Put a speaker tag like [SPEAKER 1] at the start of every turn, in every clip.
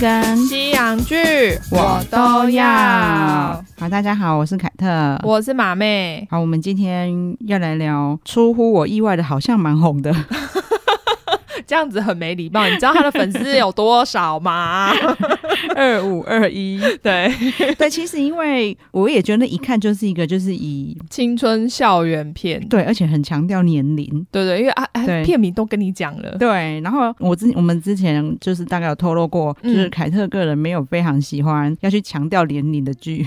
[SPEAKER 1] 跟
[SPEAKER 2] 西洋剧
[SPEAKER 1] 我都要。好，大家好，我是凯特。
[SPEAKER 2] 我是马妹，
[SPEAKER 1] 好，我们今天要来聊出乎我意外的，好像蛮红的。
[SPEAKER 2] 这样子很没礼貌。你知道他的粉丝有多 少吗？
[SPEAKER 1] 二五二一，
[SPEAKER 2] 对，
[SPEAKER 1] 对，其实因为我也觉得一看就是一个，就是以
[SPEAKER 2] 青春校园片，
[SPEAKER 1] 对，而且很强调年龄。
[SPEAKER 2] 对对，因为啊，啊
[SPEAKER 1] 对
[SPEAKER 2] 片名都跟你讲了，
[SPEAKER 1] 对，然后我之我们之前就是大概有透露过，就
[SPEAKER 2] 嗯
[SPEAKER 1] 是凯特个人没有非常喜欢要去强调年龄的 剧，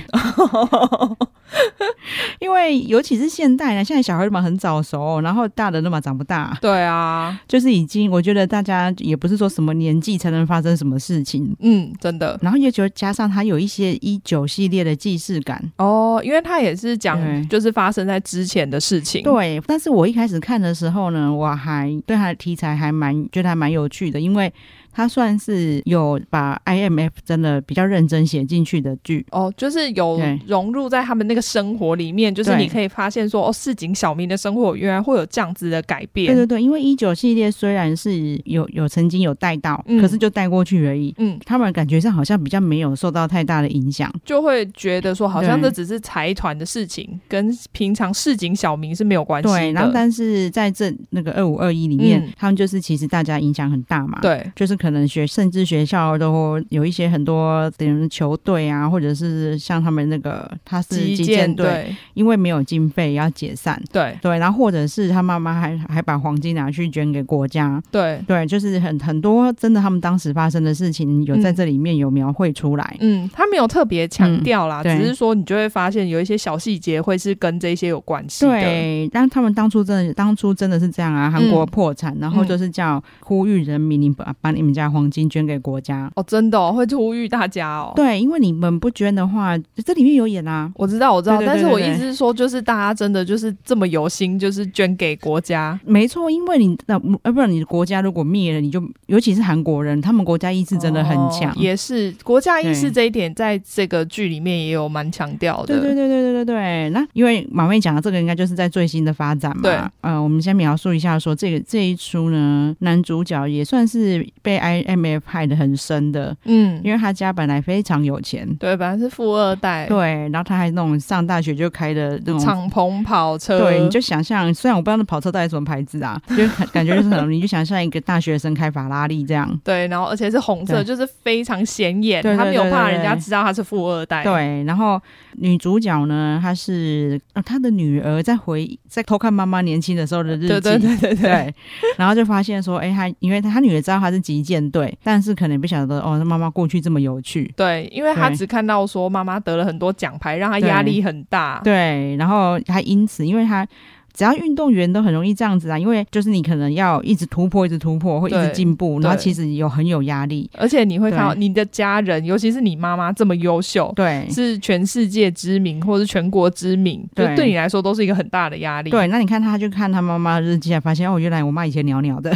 [SPEAKER 1] 因为尤其是现代呢，现在小孩嘛很早熟，然后大人都嘛长不大，
[SPEAKER 2] 对啊，
[SPEAKER 1] 就是已经我觉得大家也不是说什么年纪才能发生什么事情，
[SPEAKER 2] 嗯，真的
[SPEAKER 1] 然后也觉得加上它有一些一九系列的既视感，
[SPEAKER 2] 哦，因为他也是
[SPEAKER 1] 对
[SPEAKER 2] 讲就是发生在之前的事情，
[SPEAKER 1] 对，但是我一开始看的时候呢，我还对它的题材还蛮觉得还蛮有趣的，因为它算是有把 IMF 真的比较认真写进去的剧。
[SPEAKER 2] 哦，就是有
[SPEAKER 1] 对
[SPEAKER 2] 融入在他们那个生活里面，就是
[SPEAKER 1] 对
[SPEAKER 2] 你可以发现说，哦，市井小民的生活原来会有这样子的改
[SPEAKER 1] 对
[SPEAKER 2] 变。
[SPEAKER 1] 对对，因为一九系列虽然是有有曾经有带到，
[SPEAKER 2] 嗯
[SPEAKER 1] 可是就带过去而已。
[SPEAKER 2] 嗯，
[SPEAKER 1] 他们感觉上好像比较没有受到太大的影响，
[SPEAKER 2] 就会觉得说，好像
[SPEAKER 1] 对
[SPEAKER 2] 这只是财团的事情，跟平常市井小民是没有关系的。
[SPEAKER 1] 对。然后，但是在这那个二五二一里面，
[SPEAKER 2] 嗯
[SPEAKER 1] 他们就是其实大家影响很大嘛。
[SPEAKER 2] 对
[SPEAKER 1] 就是啊可能学，甚至学校都有一些很多等于球队啊，或者是像他们那个他是击
[SPEAKER 2] 剑
[SPEAKER 1] 剑队，
[SPEAKER 2] 对
[SPEAKER 1] 因为没有经费要解散。
[SPEAKER 2] 对
[SPEAKER 1] 对，然后或者是他妈妈还还把黄金拿去捐给国家，
[SPEAKER 2] 对，
[SPEAKER 1] 对，就是很很多真的他们当时发生的事情有在
[SPEAKER 2] 嗯
[SPEAKER 1] 这里面有描绘出来。
[SPEAKER 2] 嗯，他没有特别强调啦，
[SPEAKER 1] 嗯对
[SPEAKER 2] 只是说你就会发现有一些小细节会是跟这些有关系的。
[SPEAKER 1] 对，但他们当初真的当初真的是这样啊，韩
[SPEAKER 2] 嗯
[SPEAKER 1] 国破产，然后就是叫呼吁人民，你把把你们家黄金捐给国家。
[SPEAKER 2] 哦，真的、哦、会呼吁大家哦。
[SPEAKER 1] 对，因为你们不捐的话，这里面有演啊，
[SPEAKER 2] 我知道，我知道，
[SPEAKER 1] 对对对
[SPEAKER 2] 但是我
[SPEAKER 1] 对对
[SPEAKER 2] 意思是说，就是大家真的就是这么有心，就是捐给国家。
[SPEAKER 1] 没错，因为你那呃，不然你的国家如果灭了，你就尤其是韩国人，他们国家意志真的很强。
[SPEAKER 2] 哦也是国家意识
[SPEAKER 1] 对
[SPEAKER 2] 这一点，在这个剧里面也有蛮强调
[SPEAKER 1] 对
[SPEAKER 2] 的。
[SPEAKER 1] 对对对对对对，那因为马妹讲的这个应该就是在最新的发展嘛。
[SPEAKER 2] 对，
[SPEAKER 1] 呃，我们先描述一下说这个这一出呢，男主角也算是被 IMF 害得很深的，
[SPEAKER 2] 嗯，
[SPEAKER 1] 因为他家本来非常有钱，
[SPEAKER 2] 对，本来是富二代，
[SPEAKER 1] 对，然后他还那种上大学就开的那种。
[SPEAKER 2] 敞篷跑
[SPEAKER 1] 嗯
[SPEAKER 2] 车，
[SPEAKER 1] 对，你就想象，虽然我不知道那跑车到底什么牌子啊，就是感感觉就是很，你就想象一个大学生开法拉利 这样，
[SPEAKER 2] 对，然后而且是红色，
[SPEAKER 1] 对
[SPEAKER 2] 就是非常显眼，
[SPEAKER 1] 对对
[SPEAKER 2] 他没有
[SPEAKER 1] 对
[SPEAKER 2] 怕
[SPEAKER 1] 对
[SPEAKER 2] 人家
[SPEAKER 1] 对
[SPEAKER 2] 知道他是富二代。
[SPEAKER 1] 对，然后女主角呢，她是呃她的女儿在回在偷看妈妈年轻的时候的日记，
[SPEAKER 2] 对对对对对，
[SPEAKER 1] 对然后就发现说，哎、她因为她她女儿知道她是击剑队，但是可能不晓得哦，她妈妈过去这么有趣。
[SPEAKER 2] 对，因为他
[SPEAKER 1] 对
[SPEAKER 2] 只看到说妈妈得了很多奖牌，让他压力很大。
[SPEAKER 1] 对，然后她因此，因为她只要运动员都很容易这样子啊，因为就是你可能要一直突破，一直突破，会一直
[SPEAKER 2] 对
[SPEAKER 1] 进步，然后
[SPEAKER 2] 对
[SPEAKER 1] 其实有很有压力。
[SPEAKER 2] 而且你会看到
[SPEAKER 1] 对
[SPEAKER 2] 你的家人，尤其是你妈妈这么优秀，
[SPEAKER 1] 对，
[SPEAKER 2] 是全世界知名或是全国知名，就
[SPEAKER 1] 对
[SPEAKER 2] 对你来说都是一个很大的压力。
[SPEAKER 1] 对，那你看她就看她妈妈的日记，才发现哦，原来我妈以前袅袅的。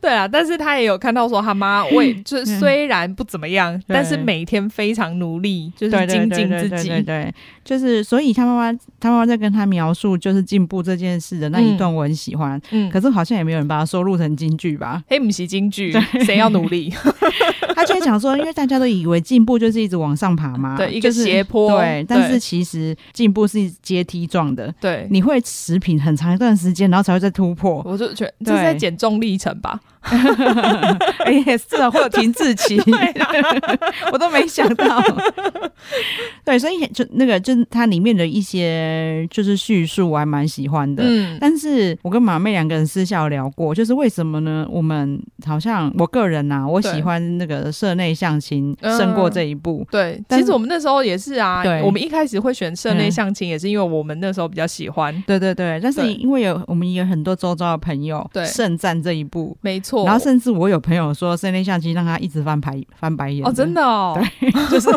[SPEAKER 2] 对啊，但是他也有看到说他妈为，就是
[SPEAKER 1] 嗯
[SPEAKER 2] 虽然不怎么样，
[SPEAKER 1] 对
[SPEAKER 2] 但是每天非常努力，就
[SPEAKER 1] 对
[SPEAKER 2] 是
[SPEAKER 1] 对
[SPEAKER 2] 精
[SPEAKER 1] 对
[SPEAKER 2] 进
[SPEAKER 1] 对
[SPEAKER 2] 自
[SPEAKER 1] 对对
[SPEAKER 2] 己。
[SPEAKER 1] 对，就是所以他妈妈他妈妈在跟他描述就是进步这件事的那一段，我很喜欢。
[SPEAKER 2] 嗯，
[SPEAKER 1] 可是好像也没有人把它收录成金句 吧？
[SPEAKER 2] 黑姆习哎京剧，谁要 努力？
[SPEAKER 1] 他就会讲说，因为大家都以为进步就是一直往上爬嘛，
[SPEAKER 2] 对一个
[SPEAKER 1] 啊就是
[SPEAKER 2] 斜坡
[SPEAKER 1] 对
[SPEAKER 2] 对，
[SPEAKER 1] 但是其实进步是阶梯状的，
[SPEAKER 2] 对，
[SPEAKER 1] 你会持平很长一段时间，然后才会再突破。
[SPEAKER 2] 我就觉得这
[SPEAKER 1] 对
[SPEAKER 2] 是在减重历程吧？
[SPEAKER 1] 哎，也是啊，会有停滞期，
[SPEAKER 2] 啊
[SPEAKER 1] 我都没想到。对，所以就那个就是它里面的一些就是叙述，我还蛮喜欢的。
[SPEAKER 2] 嗯，
[SPEAKER 1] 但是我跟马妹两个人私下有聊过，就是为什么呢？我们好像我个人呐、啊，我
[SPEAKER 2] 对
[SPEAKER 1] 喜欢那个社内相亲
[SPEAKER 2] 嗯
[SPEAKER 1] 胜过这一步。
[SPEAKER 2] 对，
[SPEAKER 1] 但
[SPEAKER 2] 其
[SPEAKER 1] 是
[SPEAKER 2] 实我们那时候也是啊
[SPEAKER 1] 对，
[SPEAKER 2] 我们一开始会选室内
[SPEAKER 1] 嗯
[SPEAKER 2] 相亲，也是因为我们那时候比较喜欢，
[SPEAKER 1] 对对对，但是
[SPEAKER 2] 对
[SPEAKER 1] 因为有我们也有很多周遭的朋友
[SPEAKER 2] 对
[SPEAKER 1] 盛赞这一步，
[SPEAKER 2] 没错。
[SPEAKER 1] 然后甚至我有朋友说社内相亲让他一直翻白翻白眼
[SPEAKER 2] 哦，真
[SPEAKER 1] 的，
[SPEAKER 2] 的哦，
[SPEAKER 1] 就是。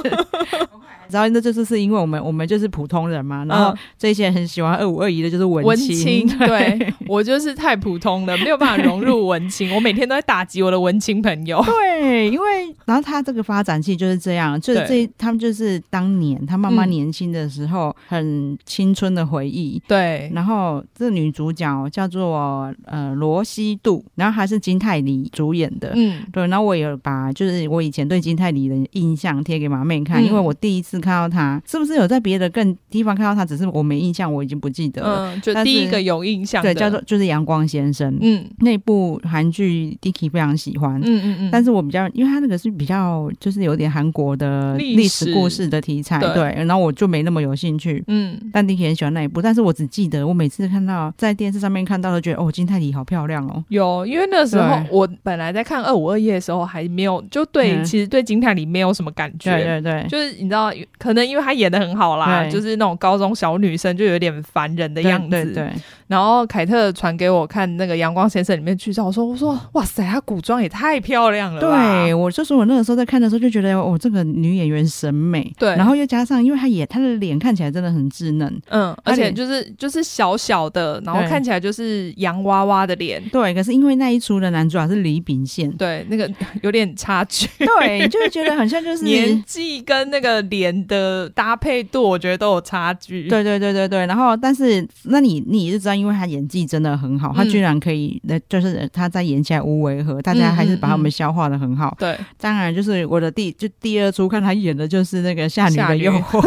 [SPEAKER 1] 然后那就是是因为我们我们就是普通人嘛，然后
[SPEAKER 2] 嗯
[SPEAKER 1] 这些很喜欢二五二一的就是文
[SPEAKER 2] 文
[SPEAKER 1] 青，
[SPEAKER 2] 青， 对我就是太普通了，没有办法融入文青，我每天都在打击我的文青朋友。
[SPEAKER 1] 对，因为然后他这个发展期就是这样，就是
[SPEAKER 2] 对
[SPEAKER 1] 这他们就是当年他妈妈
[SPEAKER 2] 嗯
[SPEAKER 1] 年轻的时候、很青春的回忆。
[SPEAKER 2] 对，
[SPEAKER 1] 然后这女主角叫做呃罗西度，然后她是金泰梨主演的。
[SPEAKER 2] 嗯，
[SPEAKER 1] 对，然后我也有把就是我以前对金泰梨的印象贴给马妹看，
[SPEAKER 2] 嗯
[SPEAKER 1] 因为我第一次看到她，是不是有在别的更地方看到她，只是我没印象，我已经不记得了。
[SPEAKER 2] 嗯，就
[SPEAKER 1] 但
[SPEAKER 2] 第一
[SPEAKER 1] 是
[SPEAKER 2] 个有印象的，
[SPEAKER 1] 对，叫做就是阳光先生、
[SPEAKER 2] 嗯
[SPEAKER 1] 那部韩剧，Dicky 非常喜欢。
[SPEAKER 2] 嗯嗯嗯，
[SPEAKER 1] 但
[SPEAKER 2] 是
[SPEAKER 1] 是我比较，因为他那个是比较，就是有点韩国的
[SPEAKER 2] 历
[SPEAKER 1] 历史
[SPEAKER 2] 史
[SPEAKER 1] 故事的题材，
[SPEAKER 2] 对
[SPEAKER 1] 对，然后我就没那么有兴趣。
[SPEAKER 2] 嗯
[SPEAKER 1] 但 Dicky 很喜欢那一部，但是我只记得我每次看到在电视上面看到，都觉得哦，金泰梨好漂亮哦，
[SPEAKER 2] 有，因为那时候
[SPEAKER 1] 对
[SPEAKER 2] 我本来在看二五二夜的时候还没有，就对，
[SPEAKER 1] 嗯
[SPEAKER 2] 其实对金泰梨没有什么感觉，
[SPEAKER 1] 对对对，
[SPEAKER 2] 就是你知道，可能因为她演的很好啦，
[SPEAKER 1] 对
[SPEAKER 2] 就是那种高中小女生就有点烦人的
[SPEAKER 1] 对
[SPEAKER 2] 样子。
[SPEAKER 1] 对对，
[SPEAKER 2] 然后凯特传给我看那个《阳光先生》里面剧照，我说我说哇塞，她古装也太漂亮了吧。
[SPEAKER 1] 对，我就说我那个时候在看的时候就觉得，哦，这个女演员审美，
[SPEAKER 2] 对
[SPEAKER 1] 然后又加上因为她演她的脸看起来真的很稚嫩，
[SPEAKER 2] 嗯，而
[SPEAKER 1] 她
[SPEAKER 2] 且
[SPEAKER 1] 脸
[SPEAKER 2] 就是就是小小的，然后
[SPEAKER 1] 对
[SPEAKER 2] 看起来就是洋娃娃的脸，，
[SPEAKER 1] 对，可是因为那一出的男主角啊是李秉宪
[SPEAKER 2] 对，那个有点差距。
[SPEAKER 1] 对，你就会觉得很像就是
[SPEAKER 2] 年纪跟那个脸的搭配度，我觉得都有差距。，
[SPEAKER 1] 对对对对对，然后但是那你你也是知道，因为他演技真的很好，他
[SPEAKER 2] 嗯
[SPEAKER 1] 居然可以，那就是他在演起来无违和，大家
[SPEAKER 2] 嗯
[SPEAKER 1] 还是把他们消化的很好。
[SPEAKER 2] 对，
[SPEAKER 1] 当然，就是我的第就第二出看他演的就是那个《夏女
[SPEAKER 2] 夏
[SPEAKER 1] 的
[SPEAKER 2] 女
[SPEAKER 1] 诱惑》，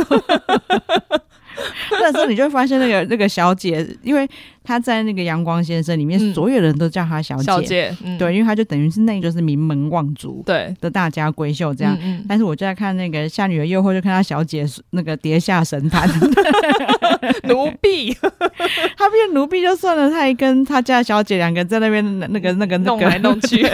[SPEAKER 1] 那时候你就会发现那个那个小姐，因为她在那个《阳光先生》里面，
[SPEAKER 2] 嗯
[SPEAKER 1] 所有人都叫她小姐，
[SPEAKER 2] 小姐，嗯，
[SPEAKER 1] 对，因为她就等于是那个就是名门望族
[SPEAKER 2] 对，
[SPEAKER 1] 的大家闺秀这样。
[SPEAKER 2] 嗯嗯
[SPEAKER 1] 但是我就在看那个《夏女的诱惑》，就看她小姐那个跌下神坛，
[SPEAKER 2] 奴婢
[SPEAKER 1] 他变奴婢就算了，他还跟他家的小姐两个在那边那个那个那个
[SPEAKER 2] 弄来弄去。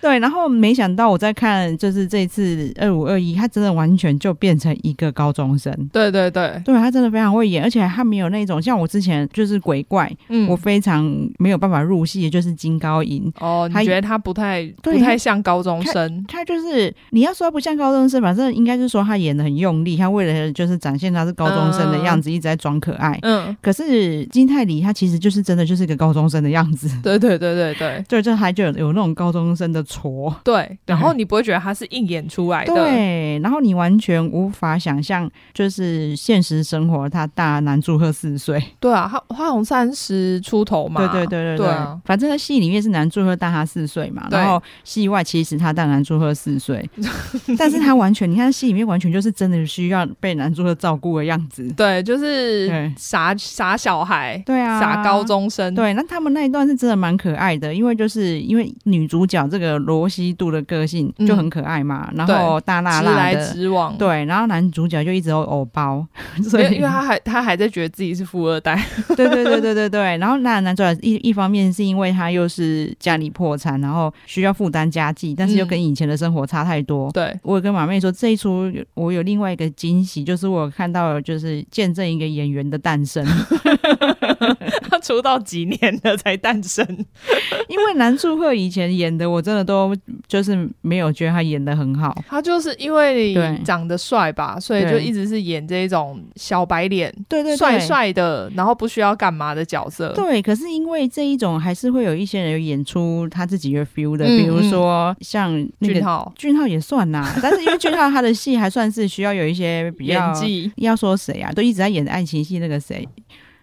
[SPEAKER 1] 对，然后没想到我在看就是这一次二五二一，他真的完全就变成一个高中生。
[SPEAKER 2] 对对对，
[SPEAKER 1] 对他真的非常会演，而且他没有那种像我之前就是鬼怪，
[SPEAKER 2] 嗯
[SPEAKER 1] 我非常没有办法入戏，就是金高银。
[SPEAKER 2] 哦，你
[SPEAKER 1] 她
[SPEAKER 2] 觉得她不太
[SPEAKER 1] 对
[SPEAKER 2] 不太像高中生？
[SPEAKER 1] 他就是你要说他不像高中生，反正应该是说他演的很用力，他为了就是展现他是高中生的样子，一直在装可爱。
[SPEAKER 2] 嗯，
[SPEAKER 1] 可是金泰梨他其实就是真的就是一个高中生的样子。
[SPEAKER 2] 对对对对对
[SPEAKER 1] 对，就还就有有那种高中生的挫，
[SPEAKER 2] 对。然后你不会觉得她是硬演出来的？
[SPEAKER 1] 对，然后你完全无法想象，就是现实生活他大男主赫四岁，
[SPEAKER 2] 对啊，她她好像三十出头嘛。
[SPEAKER 1] 对对对对
[SPEAKER 2] 对啊
[SPEAKER 1] 反正他戏里面是男主赫大他四岁嘛，
[SPEAKER 2] 对
[SPEAKER 1] 然后戏外其实他大男主赫四岁， 但是他完全，你看他戏里面完全就是真的需要被男主赫照顾的样子，
[SPEAKER 2] 对，就是
[SPEAKER 1] 对
[SPEAKER 2] 傻傻小孩，
[SPEAKER 1] 对啊，
[SPEAKER 2] 傻高。中生。
[SPEAKER 1] 对，那他们那一段是真的蛮可爱的，因为就是因为女主角这个罗西度的个性就很可爱嘛，然后大啊辣
[SPEAKER 2] 嗯直
[SPEAKER 1] 辣
[SPEAKER 2] 来
[SPEAKER 1] 的，
[SPEAKER 2] 直往，
[SPEAKER 1] 对，然后男主角就一直有偶包， 所
[SPEAKER 2] 因为
[SPEAKER 1] 以
[SPEAKER 2] 因为他还他还在觉得自己是富二代，
[SPEAKER 1] 对对对对对对，然后那男主角一一方面是因为他又是家里破产，然后需要负担家计，但是
[SPEAKER 2] 嗯
[SPEAKER 1] 又跟以前的生活差太多。
[SPEAKER 2] 对，
[SPEAKER 1] 我有跟马妹说，这一出我有另外一个惊喜，就是我有看到就是见证一个演员的诞生，
[SPEAKER 2] 他出道几年了才诞生，
[SPEAKER 1] 因为南柱赫以前演的我真的都就是没有觉得他演的很好，
[SPEAKER 2] 他就是因为
[SPEAKER 1] 对
[SPEAKER 2] 长得帅吧，所以就
[SPEAKER 1] 对
[SPEAKER 2] 一直是演这种小白脸、
[SPEAKER 1] 对对
[SPEAKER 2] 帅。帅的，然后不需要干嘛的角色。
[SPEAKER 1] 对，可是因为这一种还是会有一些人有演出他自己的 feel 的，
[SPEAKER 2] 嗯
[SPEAKER 1] 比如说像那个
[SPEAKER 2] 俊浩
[SPEAKER 1] 俊浩也算啦，但是因为俊浩他的戏还算是需要有一些比较
[SPEAKER 2] 演。技，
[SPEAKER 1] 要说谁啊？都一直在演爱情戏那个谁，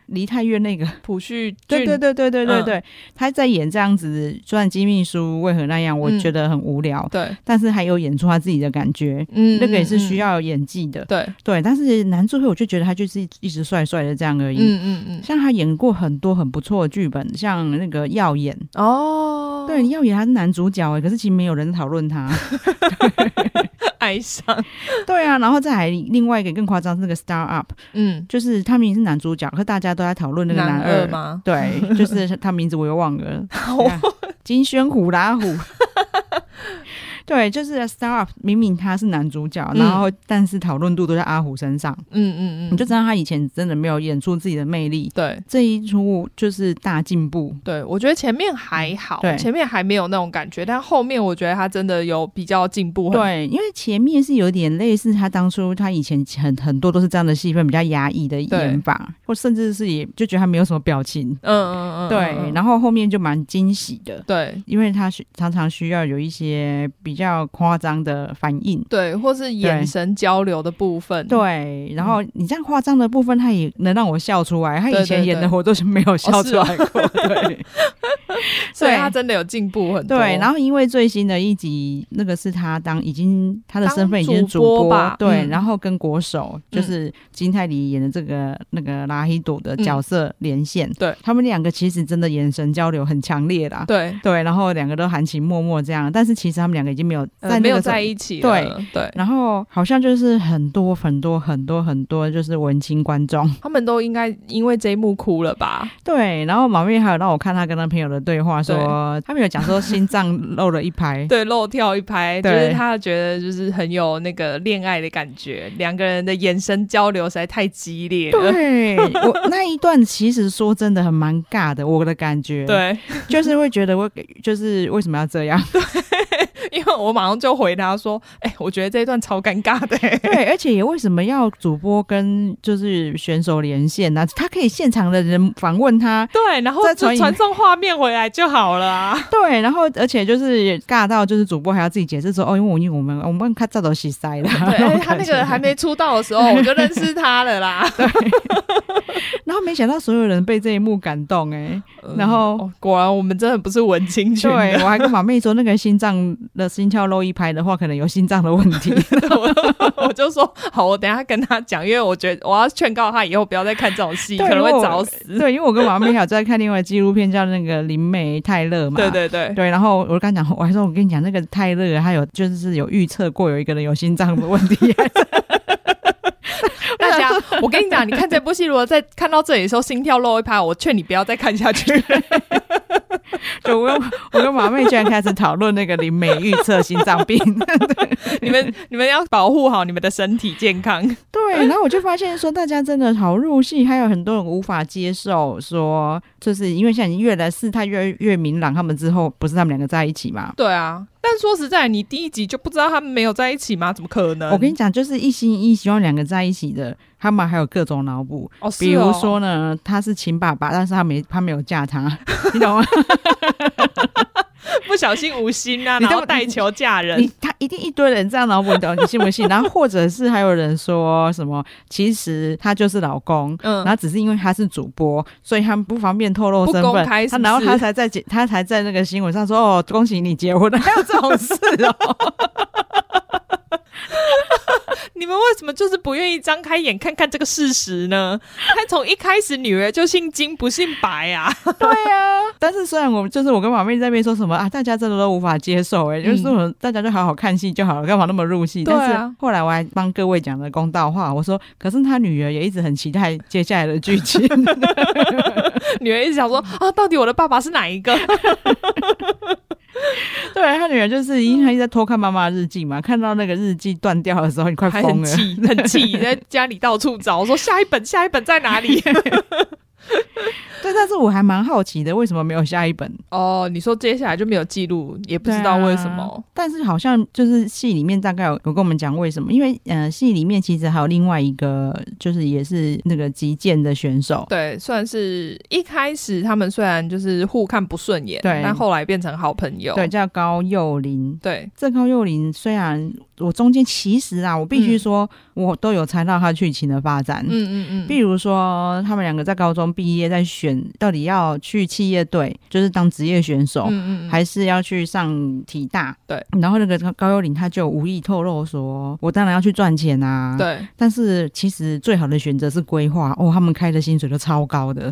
[SPEAKER 1] 梨泰院 那个。
[SPEAKER 2] 朴叙
[SPEAKER 1] 对
[SPEAKER 2] 俊，嗯
[SPEAKER 1] 对对对对对对，他在演这样子，传记秘书为何那样？我
[SPEAKER 2] 嗯
[SPEAKER 1] 觉得很无聊，
[SPEAKER 2] 对
[SPEAKER 1] 但是还有演出他自己的感觉，
[SPEAKER 2] 嗯
[SPEAKER 1] 那个也是需。
[SPEAKER 2] 嗯嗯
[SPEAKER 1] 要演技的。
[SPEAKER 2] 对，
[SPEAKER 1] 对，但是男主角我就觉得他就是一一直帅帅的这样而已。
[SPEAKER 2] 嗯嗯嗯，
[SPEAKER 1] 像他演过很多很不错的剧本，像那个《耀眼》，
[SPEAKER 2] 哦，
[SPEAKER 1] 对，《耀眼》他是男主角哎，可是其实没有人讨论他。
[SPEAKER 2] 爱上，
[SPEAKER 1] 对啊，然后再来另外一个更夸张，是那个 Star Up，
[SPEAKER 2] 嗯，
[SPEAKER 1] 就是他明明是男主角，可大家都在讨论那个
[SPEAKER 2] 男
[SPEAKER 1] 男二？
[SPEAKER 2] 吗？
[SPEAKER 1] 对，就是他名字我又忘了，对啊金宣虎拉虎。 对，就是 Star Up，明明他是男主角，
[SPEAKER 2] 嗯
[SPEAKER 1] 然后但是讨论度都在阿虎身上，
[SPEAKER 2] 嗯嗯嗯，
[SPEAKER 1] 你就知道他以前真的没有演出自己的魅力。
[SPEAKER 2] 对
[SPEAKER 1] 这一出就是大进步，
[SPEAKER 2] 对，我觉得前面还好，
[SPEAKER 1] 嗯对
[SPEAKER 2] 前面还没有那种感觉，但后面我觉得他真的有比较进步很多
[SPEAKER 1] 对，因为前面是有点类似他当初他以前很很多都是这样的戏份，比较压抑的
[SPEAKER 2] 对
[SPEAKER 1] 演法，或甚至是也就觉得他没有什么表情，
[SPEAKER 2] 嗯嗯嗯，
[SPEAKER 1] 对，
[SPEAKER 2] 后
[SPEAKER 1] 然后后面就蛮惊喜的，
[SPEAKER 2] 对
[SPEAKER 1] 因为他需常常需要有一些比较夸张的反应。
[SPEAKER 2] 对，或是眼神交流的部分，
[SPEAKER 1] 对，然后你这样夸张的部分，他也能让我笑出来。他以前
[SPEAKER 2] 嗯对对
[SPEAKER 1] 演的我都是没
[SPEAKER 2] 哦
[SPEAKER 1] 有笑出
[SPEAKER 2] 啊
[SPEAKER 1] 来过， 对
[SPEAKER 2] 所以他真的有进步很多。
[SPEAKER 1] 对。然后因为最新的一集，那个是他当已经他的
[SPEAKER 2] 当
[SPEAKER 1] 身份已经是
[SPEAKER 2] 主播吧
[SPEAKER 1] 对，
[SPEAKER 2] 嗯
[SPEAKER 1] 然后跟国手就是金泰梨演的这个那个拉希朵的角色连线，
[SPEAKER 2] 对
[SPEAKER 1] 他们两个其实真的眼神交流很强烈啦。
[SPEAKER 2] 对，
[SPEAKER 1] 对，然后两个都含情脉脉这样，但是其实他们两个已经没有在、
[SPEAKER 2] 呃没有在一起了。对对，
[SPEAKER 1] 然后好像就是很多很多很多很多就是文青观众，
[SPEAKER 2] 他们都应该因为这一幕哭了吧？
[SPEAKER 1] 对。然后马妹还有让我看她跟她朋友的对话说，他们有讲说心脏漏了一 拍，
[SPEAKER 2] 对，漏跳一拍，就
[SPEAKER 1] 对
[SPEAKER 2] 是他觉得就是很有那个恋爱的感觉，两个人的眼神交流实在太激烈了。
[SPEAKER 1] 对我那一段其实说真的很蛮尬的，我的感觉，，
[SPEAKER 2] 对，
[SPEAKER 1] 就是会觉得我就是为什么要这样？
[SPEAKER 2] 因为我马上就回答说：“哎、我觉得这一段超尴尬的、欸。
[SPEAKER 1] 对，而且也为什么要主播跟就是选手连线呢、他可以现场的人访问他，”
[SPEAKER 2] 对，然后
[SPEAKER 1] 再
[SPEAKER 2] 就
[SPEAKER 1] 传一
[SPEAKER 2] 传送画面回来就好了啊。
[SPEAKER 1] 对，然后而且就是也尬到就是主播还要自己解释说，哦，因为我因为我们我们看照都洗塞了，
[SPEAKER 2] 对，哎他那个还没出道的时候，我就认识他了啦。
[SPEAKER 1] 然后没想到所有人被这一幕感动哎、然后
[SPEAKER 2] 嗯哦果 然我们真的不是文青群
[SPEAKER 1] 对
[SPEAKER 2] 的，
[SPEAKER 1] 我还跟马妹说，那个心脏的心跳漏一拍的话，可能有心脏的问 题。
[SPEAKER 2] 我就说好，我等一下跟他讲，因为我觉得我要劝告他以后不要再看这种戏，
[SPEAKER 1] 对
[SPEAKER 2] 可能会
[SPEAKER 1] 因为我
[SPEAKER 2] 早死。
[SPEAKER 1] 对，因为我跟马妹还有在看另外纪录片，叫那个林美泰勒嘛。
[SPEAKER 2] 对对对，
[SPEAKER 1] 对，然后我就跟他讲，我还说我跟你讲，那个泰勒他有就是有预测过有一个人有心脏的问 题，
[SPEAKER 2] 大 家，我跟你讲，你看这部戏，如果在看到这里的时候心跳漏一拍，我劝你不要再看下去了。
[SPEAKER 1] 就我跟我跟马妹居然开始讨论那个林美预测心脏病。
[SPEAKER 2] 你们你们要保护好你们的身体健康。
[SPEAKER 1] 对，然后我就发现说，大家真的好入戏，还有很多人无法接受说，就是因为现在已经越来事态越越明朗，他们之后不是他们两个在一起嘛？
[SPEAKER 2] 对啊，但说实在，你第一集就不知道他们没有在一起吗？怎么可能？
[SPEAKER 1] 我跟你讲，就是一心一意希望两个在一起的，他们还有各种脑补，
[SPEAKER 2] 哦，是哦
[SPEAKER 1] 比如说呢，他是亲爸爸，但是他没他没有嫁他， 你懂吗？
[SPEAKER 2] 不小心无心啊，
[SPEAKER 1] 你
[SPEAKER 2] 然
[SPEAKER 1] 都
[SPEAKER 2] 后带球嫁
[SPEAKER 1] 你
[SPEAKER 2] 人。
[SPEAKER 1] 他一定一堆人这样脑补，你懂？你信不信？然后或者是还有人说什么，其实他就是老公，
[SPEAKER 2] 嗯
[SPEAKER 1] 然后只是因为他是主播，所以他们不方便透露身
[SPEAKER 2] 不公
[SPEAKER 1] 份。
[SPEAKER 2] 开是
[SPEAKER 1] 他
[SPEAKER 2] 不是
[SPEAKER 1] 然后他才在节他才在那个新闻上说：“哦，恭喜你结婚了。” 还有这种事哦？
[SPEAKER 2] 你们为什么就是不愿意张开眼看看这个事实呢？ 他从一开始女儿就姓金不姓白啊。
[SPEAKER 1] 对啊。 但是虽然我们就是我跟马妹在那边说什么啊，大家真的都无法接受哎、就是我们大家就好好看戏就好了，干嘛那么入戏？
[SPEAKER 2] 嗯对啊
[SPEAKER 1] 但是后来我还帮各位讲了公道话，我说：“可是他女儿也一直很期待接下来的剧 情。”
[SPEAKER 2] 女儿一直想 说啊，到底我的爸爸是哪一个？
[SPEAKER 1] 对啊他女儿就是因为她一直在偷看妈妈的日记嘛，看到那个日记断掉的时候，你快
[SPEAKER 2] 还
[SPEAKER 1] 疯
[SPEAKER 2] 很
[SPEAKER 1] 了。
[SPEAKER 2] 气，很气，在家里到处找，说下一本，下一本在哪里？
[SPEAKER 1] 对，但是我还蛮好奇的，为什么没有下一本？
[SPEAKER 2] 哦，你说接下来就没有记录，也不知道为什么。
[SPEAKER 1] 但是好像就是戏里面大概有有跟我们讲为什么，因为呃，戏里面其实还有另外一个，就是也是那个击剑的选手。
[SPEAKER 2] 对，啊算是一开始他们虽然就是互看不顺眼，
[SPEAKER 1] 对
[SPEAKER 2] 但后来变成好朋友。
[SPEAKER 1] 对，叫高幼林。
[SPEAKER 2] 对
[SPEAKER 1] 这高幼林虽然我中间其实啊，我必须说，我都有猜到他剧情的发展。
[SPEAKER 2] 嗯嗯
[SPEAKER 1] 比
[SPEAKER 2] 嗯，
[SPEAKER 1] 如说，他们两个在高中毕业，在选到底要去企业队，就是当职业选手，
[SPEAKER 2] 嗯嗯嗯，
[SPEAKER 1] 还是要去上体大。
[SPEAKER 2] 对，
[SPEAKER 1] 然后那个高高幽灵他就无意透露说，我当然要去赚钱啊。，
[SPEAKER 2] 对，
[SPEAKER 1] 但是其实最好的选择是规划哦，他们开的薪水都超高 的。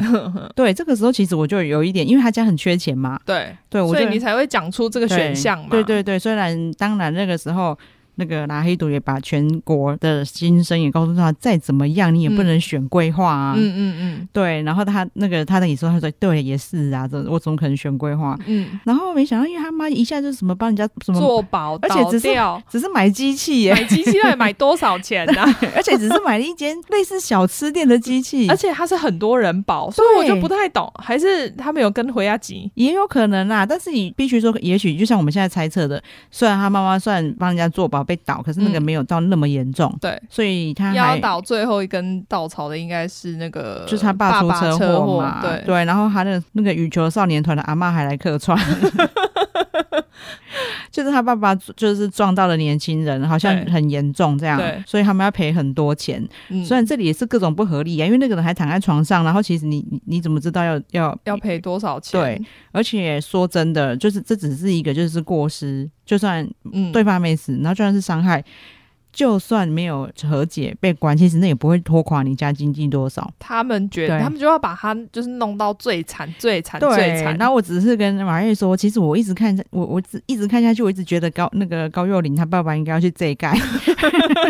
[SPEAKER 1] 对，这个时候其实我就有一点，因为他家很缺钱嘛，
[SPEAKER 2] 对，
[SPEAKER 1] 对我
[SPEAKER 2] 所以
[SPEAKER 1] 就
[SPEAKER 2] 你才会讲出这个
[SPEAKER 1] 对
[SPEAKER 2] 选项嘛。
[SPEAKER 1] 对对对，虽然当然那个时候。那个拉黑毒也把全国的新生也告诉他，再怎么样你也不能选规划啊。
[SPEAKER 2] 嗯嗯
[SPEAKER 1] 对，然后他那个他的也说，他说对，也是啊，这我怎么可能选规划？
[SPEAKER 2] 嗯
[SPEAKER 1] 然后没想到，因为他妈一下就什么帮人家什
[SPEAKER 2] 嗯，
[SPEAKER 1] 么
[SPEAKER 2] 做保
[SPEAKER 1] 而且
[SPEAKER 2] 倒
[SPEAKER 1] 只是
[SPEAKER 2] 掉，
[SPEAKER 1] 只是买机器耶，
[SPEAKER 2] 买机器到底买多少钱呢、啊？
[SPEAKER 1] 而且只是买了一间类似小吃店的机 器
[SPEAKER 2] 而，且它是很多人保，所以我
[SPEAKER 1] 对
[SPEAKER 2] 就不太懂，还是他们有跟回家集？
[SPEAKER 1] 也有可能啦。但是你必须说，也许就像我们现在猜测的，虽然他妈妈算帮人家做保被倒，可是那个
[SPEAKER 2] 嗯
[SPEAKER 1] 没有到那么严重，
[SPEAKER 2] 对，
[SPEAKER 1] 所以他
[SPEAKER 2] 压
[SPEAKER 1] 还。
[SPEAKER 2] 倒最后一根稻草的应该是那个，
[SPEAKER 1] 就是他爸出
[SPEAKER 2] 爸车
[SPEAKER 1] 祸嘛，
[SPEAKER 2] 对
[SPEAKER 1] 然后他的那个羽球少年团的阿嬷还来客串， 就是他爸爸就是撞到了年轻人，好像
[SPEAKER 2] 对
[SPEAKER 1] 很严重这样
[SPEAKER 2] 对，
[SPEAKER 1] 所以他们要赔很多钱。
[SPEAKER 2] 嗯
[SPEAKER 1] 虽然这里也是各种不合理啊，因为那个人还躺在床上，然后其实你你你怎么知道要要
[SPEAKER 2] 要赔多少钱？
[SPEAKER 1] 对，而且说真的，就是这只是一个就是过失，就算
[SPEAKER 2] 嗯，
[SPEAKER 1] 对方没死，然后就算是伤害，就算没有和解被关，其实那也不会拖垮你家经济多少。
[SPEAKER 2] 他们觉得
[SPEAKER 1] 对
[SPEAKER 2] 他们就要把他就是弄到最惨、最惨、最
[SPEAKER 1] 对，
[SPEAKER 2] 惨。
[SPEAKER 1] 然后我只是跟马瑞说，其实我一直看，我我只一直看下去，我一直觉得高那个高幼霖他爸爸应该要去这一盖，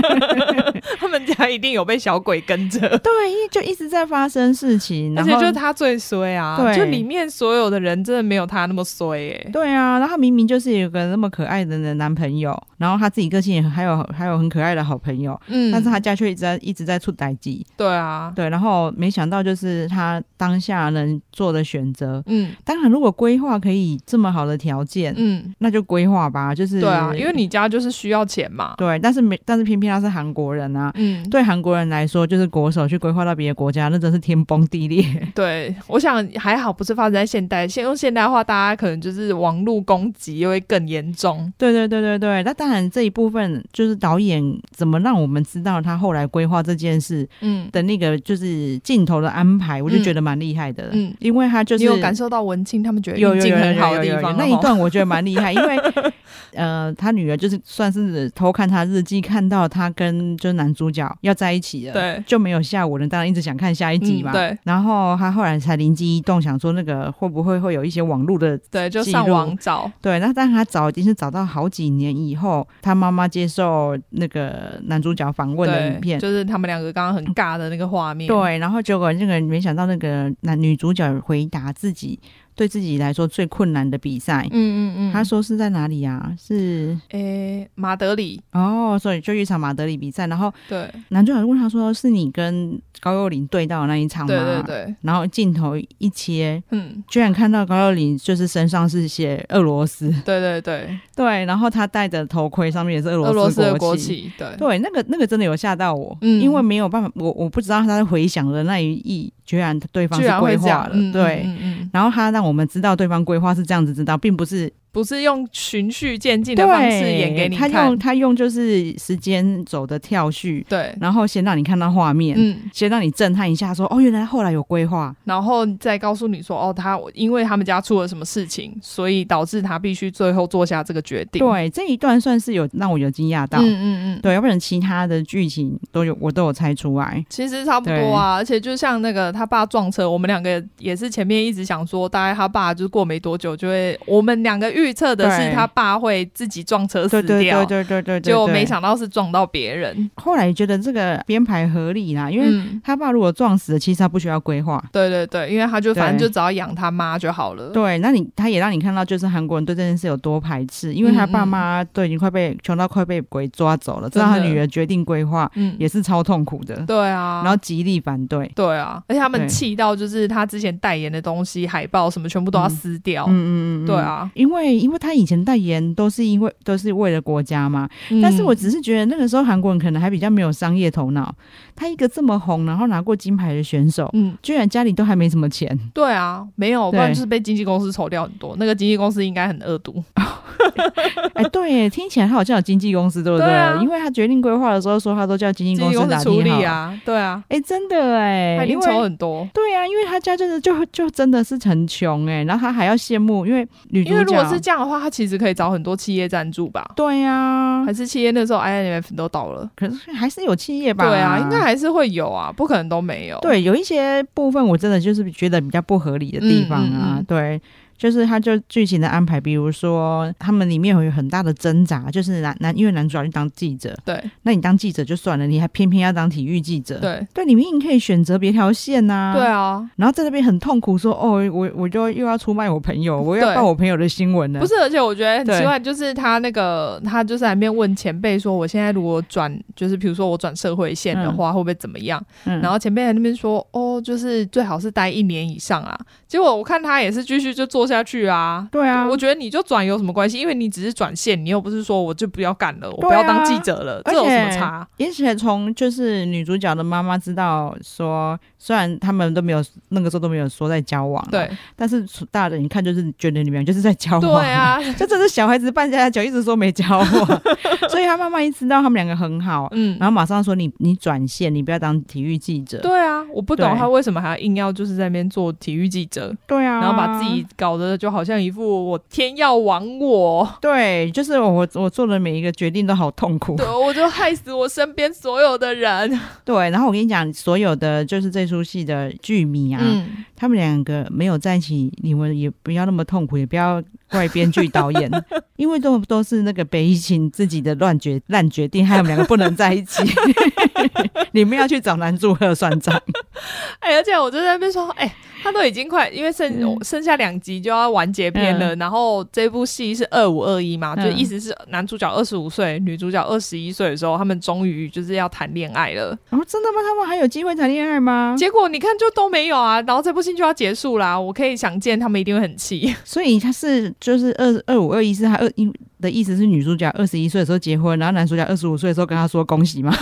[SPEAKER 2] 他们家一定有被小鬼跟着，
[SPEAKER 1] 对，因为就一直在发生事情，
[SPEAKER 2] 而
[SPEAKER 1] 然
[SPEAKER 2] 且
[SPEAKER 1] 后
[SPEAKER 2] 就是他最衰啊！
[SPEAKER 1] 对
[SPEAKER 2] 就里面所有的人真的没有他那么衰哎、
[SPEAKER 1] 对啊，然后明明就是有个那么可爱的男朋友，然后他自己个性也很还有还有很可爱的好朋友，
[SPEAKER 2] 嗯
[SPEAKER 1] 但是他家却一直在一直在出歹计，
[SPEAKER 2] 对啊，
[SPEAKER 1] 对，然后没想到就是他当下能做的选择，
[SPEAKER 2] 嗯
[SPEAKER 1] 当然如果规划可以这么好的条件，
[SPEAKER 2] 嗯，
[SPEAKER 1] 那就规划吧，就是
[SPEAKER 2] 对啊，因为你家就是需要钱嘛。
[SPEAKER 1] 对，但是没但是偏偏他是韩国人啊。
[SPEAKER 2] 嗯，
[SPEAKER 1] 对韩国人来说，就是国手去规划到别的国家，那真是天崩地裂。
[SPEAKER 2] 对，我想还好不是发生在现代，现用现代化，大家可能就是网络攻击又会更严重。
[SPEAKER 1] 对对对对对，那当然这一部分就是导演怎么让我们知道他后来规划这件事，
[SPEAKER 2] 嗯
[SPEAKER 1] 的那个就是镜头的安排，我就觉得蛮厉害的。
[SPEAKER 2] 嗯，
[SPEAKER 1] 因为他就是
[SPEAKER 2] 你有感受到文青他们觉得
[SPEAKER 1] 有
[SPEAKER 2] 运
[SPEAKER 1] 有
[SPEAKER 2] 镜
[SPEAKER 1] 有
[SPEAKER 2] 很好
[SPEAKER 1] 有
[SPEAKER 2] 的地
[SPEAKER 1] 有有
[SPEAKER 2] 方了
[SPEAKER 1] 那一
[SPEAKER 2] 吼
[SPEAKER 1] 段，我觉得蛮厉害，因为呃，他女儿就是算是偷看他日记，看到他跟就是男主角要在一起了，，
[SPEAKER 2] 对，
[SPEAKER 1] 就没有下文了，当然一直想看下一集嘛。
[SPEAKER 2] 嗯对
[SPEAKER 1] 然后他后来才灵机一动，想说那个会不会会有一些网络的
[SPEAKER 2] 对，就
[SPEAKER 1] 记
[SPEAKER 2] 上
[SPEAKER 1] 录
[SPEAKER 2] 网找，
[SPEAKER 1] 对，那但他找已经是找到好几年以后，他妈妈接受那个男主角访问的
[SPEAKER 2] 对，
[SPEAKER 1] 影片，
[SPEAKER 2] 就是他们两个刚刚很尬的那个画面。，
[SPEAKER 1] 对，然后结果那个没想到那个男女主角回答自己对自己来说最困难的比赛，
[SPEAKER 2] 嗯嗯嗯，
[SPEAKER 1] 他说是在哪里啊？是
[SPEAKER 2] 诶，马德里，
[SPEAKER 1] 哦，所以就一场马德里比赛，然后
[SPEAKER 2] 对
[SPEAKER 1] 男主角问他说：“是你跟高幼霖对到的那一场吗？”
[SPEAKER 2] 对对对，
[SPEAKER 1] 然后镜头一切，
[SPEAKER 2] 嗯，
[SPEAKER 1] 居然看到高幼霖就是身上是写俄罗 斯，
[SPEAKER 2] 对对对，
[SPEAKER 1] 对，然后他戴的头盔上面也是俄
[SPEAKER 2] 俄罗斯的
[SPEAKER 1] 国
[SPEAKER 2] 国。旗，对，
[SPEAKER 1] 对，那个那个真的有吓到我，
[SPEAKER 2] 嗯
[SPEAKER 1] 因为没有办法，我我不知道他在回想的那一役，居然对方
[SPEAKER 2] 居
[SPEAKER 1] 是
[SPEAKER 2] 然
[SPEAKER 1] 规
[SPEAKER 2] 会这样
[SPEAKER 1] 划了，，
[SPEAKER 2] 嗯
[SPEAKER 1] 对，
[SPEAKER 2] 嗯嗯嗯，
[SPEAKER 1] 然后他让我们知道对方规划是这样子知道，并不是
[SPEAKER 2] 不是用循序渐进的方式演给你
[SPEAKER 1] 他
[SPEAKER 2] 看，
[SPEAKER 1] 用他用就是时间走的跳序，
[SPEAKER 2] 对，
[SPEAKER 1] 然后先让你看到画面，
[SPEAKER 2] 嗯，
[SPEAKER 1] 先让你震撼一下说，哦，原来后来有规划。
[SPEAKER 2] 然后再告诉你说，哦，他因为他们家出了什么事情，所以导致他必须最后做下这个决定。
[SPEAKER 1] 对，这一段算是有让我有惊讶到，
[SPEAKER 2] 嗯嗯嗯，
[SPEAKER 1] 对，要不然其他的剧情都有我都有猜出来。
[SPEAKER 2] 其实差不多啊，而且就像那个他爸撞车，我们两个也是前面一直想说，大概他爸就是过没多久就会，我们两个预测的是
[SPEAKER 1] 对
[SPEAKER 2] 他爸会自己撞车死
[SPEAKER 1] 对对
[SPEAKER 2] 掉嗯
[SPEAKER 1] 对，对对对对，
[SPEAKER 2] 就没
[SPEAKER 1] 对。
[SPEAKER 2] 想到是撞到别人，
[SPEAKER 1] 后来觉得这个编排合理啦，因为
[SPEAKER 2] 嗯。
[SPEAKER 1] 他爸如果撞死了，其实他不需要规划。
[SPEAKER 2] 对对对，因为他就
[SPEAKER 1] 对
[SPEAKER 2] 反正就只要养他妈就好了。
[SPEAKER 1] 对，那你他也让你看到，就是韩国人对这件事有多排斥，因为他爸妈都已经快被穷到快被鬼抓走了，知
[SPEAKER 2] 真
[SPEAKER 1] 道
[SPEAKER 2] 的
[SPEAKER 1] 他女儿决定规划
[SPEAKER 2] 嗯，
[SPEAKER 1] 也是超痛苦的，
[SPEAKER 2] 对啊，
[SPEAKER 1] 然后极力反对。
[SPEAKER 2] 对啊，而且他们
[SPEAKER 1] 对
[SPEAKER 2] 气到就是他之前代言的东西、海报什么全部都要撕掉。
[SPEAKER 1] 嗯嗯嗯，
[SPEAKER 2] 对啊，
[SPEAKER 1] 因为因为他以前代言都是因为都是为了国家嘛，
[SPEAKER 2] 嗯
[SPEAKER 1] 但是我只是觉得那个时候韩国人可能还比较没有商业头脑，他一个这么红，然后拿过金牌的选手。
[SPEAKER 2] 嗯，
[SPEAKER 1] 居然家里都还没什么钱，
[SPEAKER 2] 对啊，没有，不
[SPEAKER 1] 对
[SPEAKER 2] 然就是被经纪公司抽掉很多。那个经纪公司应该很恶毒。
[SPEAKER 1] 哎，对耶，听起来他好像有经纪公司，对不
[SPEAKER 2] 对啊
[SPEAKER 1] 因为他决定规划的时候说他都叫经纪
[SPEAKER 2] 经
[SPEAKER 1] 公
[SPEAKER 2] 纪
[SPEAKER 1] 司
[SPEAKER 2] 公
[SPEAKER 1] 打
[SPEAKER 2] 司处理
[SPEAKER 1] 听好，
[SPEAKER 2] 啊，对啊，
[SPEAKER 1] 哎、真的哎、
[SPEAKER 2] 他一
[SPEAKER 1] 因
[SPEAKER 2] 定
[SPEAKER 1] 为
[SPEAKER 2] 抽很多。
[SPEAKER 1] 对啊，因为他家真的就就真的是很穷哎、然后他还要羡慕，因为女主
[SPEAKER 2] 因
[SPEAKER 1] 角
[SPEAKER 2] 为如果是这样的话，他其实可以找很多企业赞助吧，
[SPEAKER 1] 对啊
[SPEAKER 2] 还，是企业那时候 INF 都倒了。
[SPEAKER 1] 可是还是有企业吧？
[SPEAKER 2] 对啊，应该还是会有啊，不可能都没有。，
[SPEAKER 1] 对，有一些部分我真的就是觉得比较不合理的地方啊，
[SPEAKER 2] 嗯嗯嗯
[SPEAKER 1] 对。就是他就剧情的安排，比如说他们里面有很大的挣扎，就是男男因为男主角去当记者，
[SPEAKER 2] 对
[SPEAKER 1] 那你当记者就算了，你还偏偏要当体育记者，
[SPEAKER 2] 对
[SPEAKER 1] 对，你明明可以选择别条线呐、
[SPEAKER 2] 对啊，
[SPEAKER 1] 然后在那边很痛苦说，哦，我我就又要出卖我朋友，我又要
[SPEAKER 2] 对
[SPEAKER 1] 报我朋友的新闻了，
[SPEAKER 2] 不是，而且我觉得很
[SPEAKER 1] 对
[SPEAKER 2] 奇怪，就是他那个他就是在那边问前辈说，我现在如果转，就是比如说我转社会线的话，会不会怎么样？
[SPEAKER 1] 嗯，
[SPEAKER 2] 然后前辈在那边说，哦，就是最好是待一年以上啊。结果我看他也是继续就做做下去啊。
[SPEAKER 1] 对啊，
[SPEAKER 2] 我觉得你就转有什么关系？因为你只是转线，你又不是说我就不要干了，我
[SPEAKER 1] 对啊
[SPEAKER 2] 不要当记者了，
[SPEAKER 1] 而且
[SPEAKER 2] 这有什么差？
[SPEAKER 1] 而且从就是女主角的妈妈知道说，虽然他们都没有那个时候都没有说在交往，啊
[SPEAKER 2] 对，
[SPEAKER 1] 但是大人一看就是觉得你们就是在交往，
[SPEAKER 2] 对。啊，
[SPEAKER 1] 就这是小孩子扮家家酒，一直说没交往， 所以他妈妈一知道他们两个很好，
[SPEAKER 2] 嗯，
[SPEAKER 1] 然后马上说你你转线，你不要当体育记者。
[SPEAKER 2] 对啊，我不懂
[SPEAKER 1] 对
[SPEAKER 2] 他为什么还要硬要就是在那边做体育记者，
[SPEAKER 1] 对啊，
[SPEAKER 2] 然后把自己搞得就好像一副我天要亡我，
[SPEAKER 1] 对，就是我我我做的每一个决定都好痛苦
[SPEAKER 2] 对，。我就害死我身边所有的人。
[SPEAKER 1] 对，然后我跟你讲，所有的就是这出戏的剧迷啊，
[SPEAKER 2] 嗯，
[SPEAKER 1] 他们两个没有在一起，你们也不要那么痛苦，也不要怪编剧导 演，因为都都是那个北一晴自己的乱决烂决定，害我们两个不能在一 起。你们要去找男主喝算账，
[SPEAKER 2] 哎、而且我就在那边说，哎、他都已经快，因为剩、
[SPEAKER 1] 嗯
[SPEAKER 2] 剩下两集就要完结篇了，然后这部戏是二五二一嘛，就
[SPEAKER 1] 嗯
[SPEAKER 2] 意思是男主角二十五岁，女主角二十一岁的时候，他们终于就是要谈恋爱了。
[SPEAKER 1] 然、哦后真的吗？他们还有机会谈恋爱吗？
[SPEAKER 2] 结果你看就都没有啊，然后这部戏就要结束啦，我可以想见他们一定会很气。
[SPEAKER 1] 所以他是就是二二五二一是他二因的意思是女主角二十一岁的时候结婚，然后男主角二十五岁的时候跟他说恭 喜吗？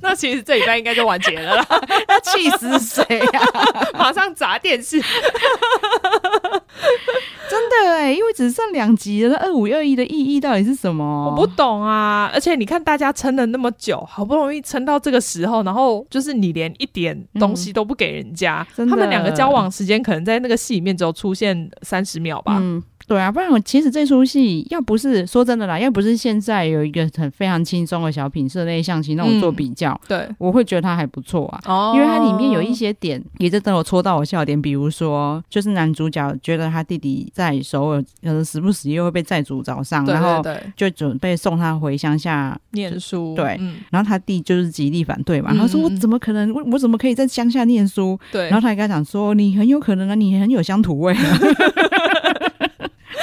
[SPEAKER 2] 那其实这礼拜应该就完结了啦，
[SPEAKER 1] 他气死谁啊？
[SPEAKER 2] 马上砸电视。
[SPEAKER 1] 真的哎，因为只剩两集了，二五二一的意义到底是什么？
[SPEAKER 2] 我不懂啊！而且你看，大家撑了那么久，好不容易撑到这个时候，然后就是你连一点东西都不给人家，
[SPEAKER 1] 嗯真的
[SPEAKER 2] 他们两个交往时间可能在那个戏里面只有出现三十秒吧。
[SPEAKER 1] 嗯，对啊，不然我其实这出戏要不是说真的啦，要不是现在有一个很非常轻松的小品社类象棋那种做比较，
[SPEAKER 2] 对，
[SPEAKER 1] 我会觉得它还不错啊。
[SPEAKER 2] 嗯哦
[SPEAKER 1] 因为它里面有一些点也是等我戳到我笑点，比如说，就是男主角觉得他弟弟在首尔，可能时不时又会被债主找上，
[SPEAKER 2] 对
[SPEAKER 1] 然
[SPEAKER 2] 对
[SPEAKER 1] 后
[SPEAKER 2] 对，
[SPEAKER 1] 就准备送他回乡下，
[SPEAKER 2] 念书，
[SPEAKER 1] 对
[SPEAKER 2] 嗯，
[SPEAKER 1] 然后他弟就是极力反对嘛，
[SPEAKER 2] 嗯
[SPEAKER 1] 他说我
[SPEAKER 2] 嗯
[SPEAKER 1] 怎么可能，我我怎么可以在乡下念书？
[SPEAKER 2] 对，
[SPEAKER 1] 然后他还跟他讲说，你很有可能啊，你很有乡土味、 啊。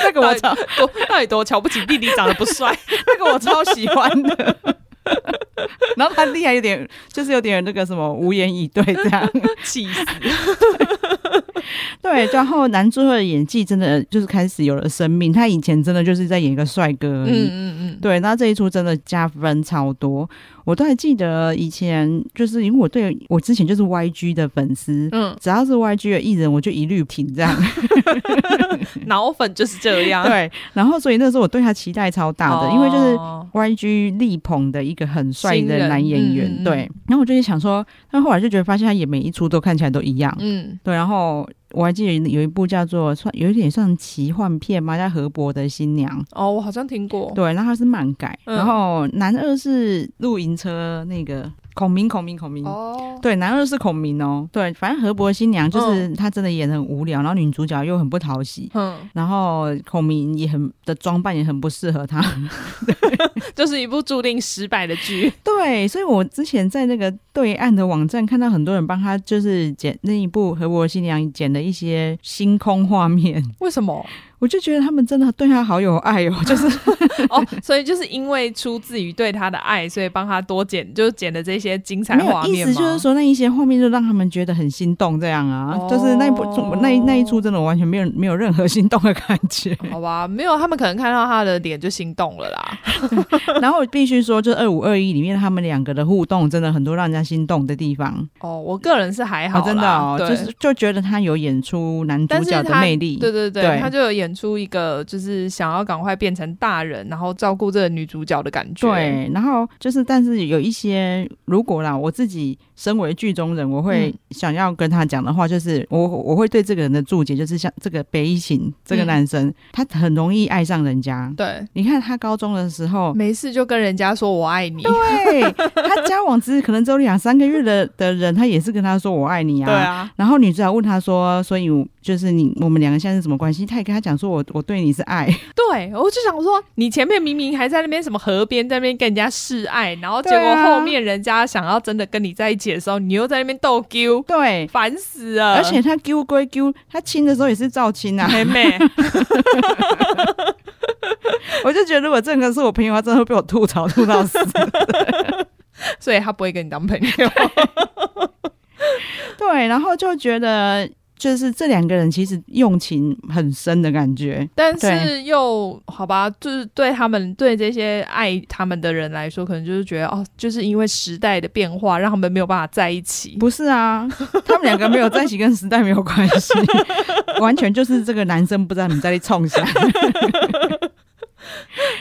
[SPEAKER 1] 那个我超
[SPEAKER 2] 多 到底多瞧不起弟弟长得不帅，
[SPEAKER 1] 这个我超喜欢的。然后他弟还有点，就是有点那个什么无言以对这 样。
[SPEAKER 2] 气死！
[SPEAKER 1] 对，然后男主角的演技真的就是开始有了生命。他以前真的就是在演一个帅哥而
[SPEAKER 2] 嗯
[SPEAKER 1] 已。
[SPEAKER 2] 嗯嗯，
[SPEAKER 1] 对，那这一出真的加分超多。我都还记得以前，就是因为我对我之前就是 YG 的粉丝，
[SPEAKER 2] 嗯，
[SPEAKER 1] 只要是 YG 的艺人，我就一律挺这样。
[SPEAKER 2] 脑粉就是这样，
[SPEAKER 1] 对，然后所以那时候我对他期待超大的，因为就是
[SPEAKER 2] 哦
[SPEAKER 1] YG 力捧的一个很帅
[SPEAKER 2] 新
[SPEAKER 1] 的
[SPEAKER 2] 人
[SPEAKER 1] 男演员，
[SPEAKER 2] 嗯嗯嗯
[SPEAKER 1] 对。然后我就想说，但后来就觉得发现他演每一出都看起来都一样，
[SPEAKER 2] 嗯，
[SPEAKER 1] 对。然后我还记得有一部叫做算有一点像奇幻片嘛，叫《河伯的新娘》，
[SPEAKER 2] 哦，我好像听过，
[SPEAKER 1] 对。然后它是漫改，
[SPEAKER 2] 嗯
[SPEAKER 1] 然后男二是露营车那个孔明，孔明，孔明。
[SPEAKER 2] 哦，
[SPEAKER 1] 对，男二是孔明哦。对，反正河伯的新娘就是她真的演得很无聊，然后女主角又很不讨喜，
[SPEAKER 2] 嗯，
[SPEAKER 1] 然后孔明也很的装扮也很不适合她。
[SPEAKER 2] 就是一部注定失败的 剧，
[SPEAKER 1] 对，所以我之前在那个对岸的网站看到很多人帮他，就是剪那一部《和我的新娘》剪的一些星空画面，
[SPEAKER 2] 为什么？
[SPEAKER 1] 我就觉得他们真的对他好有爱哦，就是
[SPEAKER 2] 哦，所以就是因为出自于对他的爱，所以帮他多剪，就是剪的这些精 彩
[SPEAKER 1] 没
[SPEAKER 2] 画
[SPEAKER 1] 有意
[SPEAKER 2] 面吗
[SPEAKER 1] 思，就是说那一些画面就让他们觉得很心动这样啊，就是那一部
[SPEAKER 2] 哦
[SPEAKER 1] 那一那一出真的完全没有没有任何心动的感觉。
[SPEAKER 2] 好吧，没有他们可能看到他的脸就心动了啦。
[SPEAKER 1] 然后我必须说，就二五二一里面他们两个的互动真的很多让人家心动的地方，
[SPEAKER 2] 哦，我个人是还好
[SPEAKER 1] 啊，
[SPEAKER 2] 啦、
[SPEAKER 1] 真的哦，
[SPEAKER 2] 对
[SPEAKER 1] 就是就觉得他有演出男主
[SPEAKER 2] 但是
[SPEAKER 1] 角的
[SPEAKER 2] 他
[SPEAKER 1] 魅力，
[SPEAKER 2] 对对对，
[SPEAKER 1] 对
[SPEAKER 2] 他就有演出一个就是想要赶快变成大人，然后照顾这个女主角的感觉。，
[SPEAKER 1] 对，然后就是，但是有一些，如果啦，我自己身为剧中人，我
[SPEAKER 2] 嗯
[SPEAKER 1] 会想要跟他讲的话，就是我我会对这个人的注解，就是像这个北一行这个
[SPEAKER 2] 嗯
[SPEAKER 1] 男生，他很容易爱上人家。
[SPEAKER 2] 对，
[SPEAKER 1] 你看他高中的时候，
[SPEAKER 2] 没事就跟人家说我爱你。
[SPEAKER 1] 对他交往只是可能只有两三个月的的人，他也是跟他说我爱你啊。
[SPEAKER 2] 对啊，
[SPEAKER 1] 然后女主角问他说：“所以我就是你，我们两个现在是什么关系？”他也跟他讲说我：“我对你是爱。
[SPEAKER 2] 对，我就想说，你前面明明还在那边什么河边，在那边跟人家示爱，然后结
[SPEAKER 1] 对
[SPEAKER 2] 果
[SPEAKER 1] 啊
[SPEAKER 2] 后面人家想要真的跟你在一起的时候，你又在那边逗丢”，
[SPEAKER 1] 对，
[SPEAKER 2] 烦死了！
[SPEAKER 1] 而且他丢归丢，他亲的时候也是照亲啊。
[SPEAKER 2] 妹妹，
[SPEAKER 1] 我就觉得如果这个是我朋友，他真的会被我吐槽吐 到死。
[SPEAKER 2] 所以他不会跟你当朋友。
[SPEAKER 1] 对，然后就觉得。就是这两个人其实用情很深的感觉。
[SPEAKER 2] 但
[SPEAKER 1] 对
[SPEAKER 2] 是又好吧，就是对他们对这些爱他们的人来说，可能就是觉得哦，就是因为时代的变化，让他们没有办法在一起。
[SPEAKER 1] 不是啊，他们两个没有在一起，跟时代没有关 系，完全就是这个男生不知道你们在那冲啥。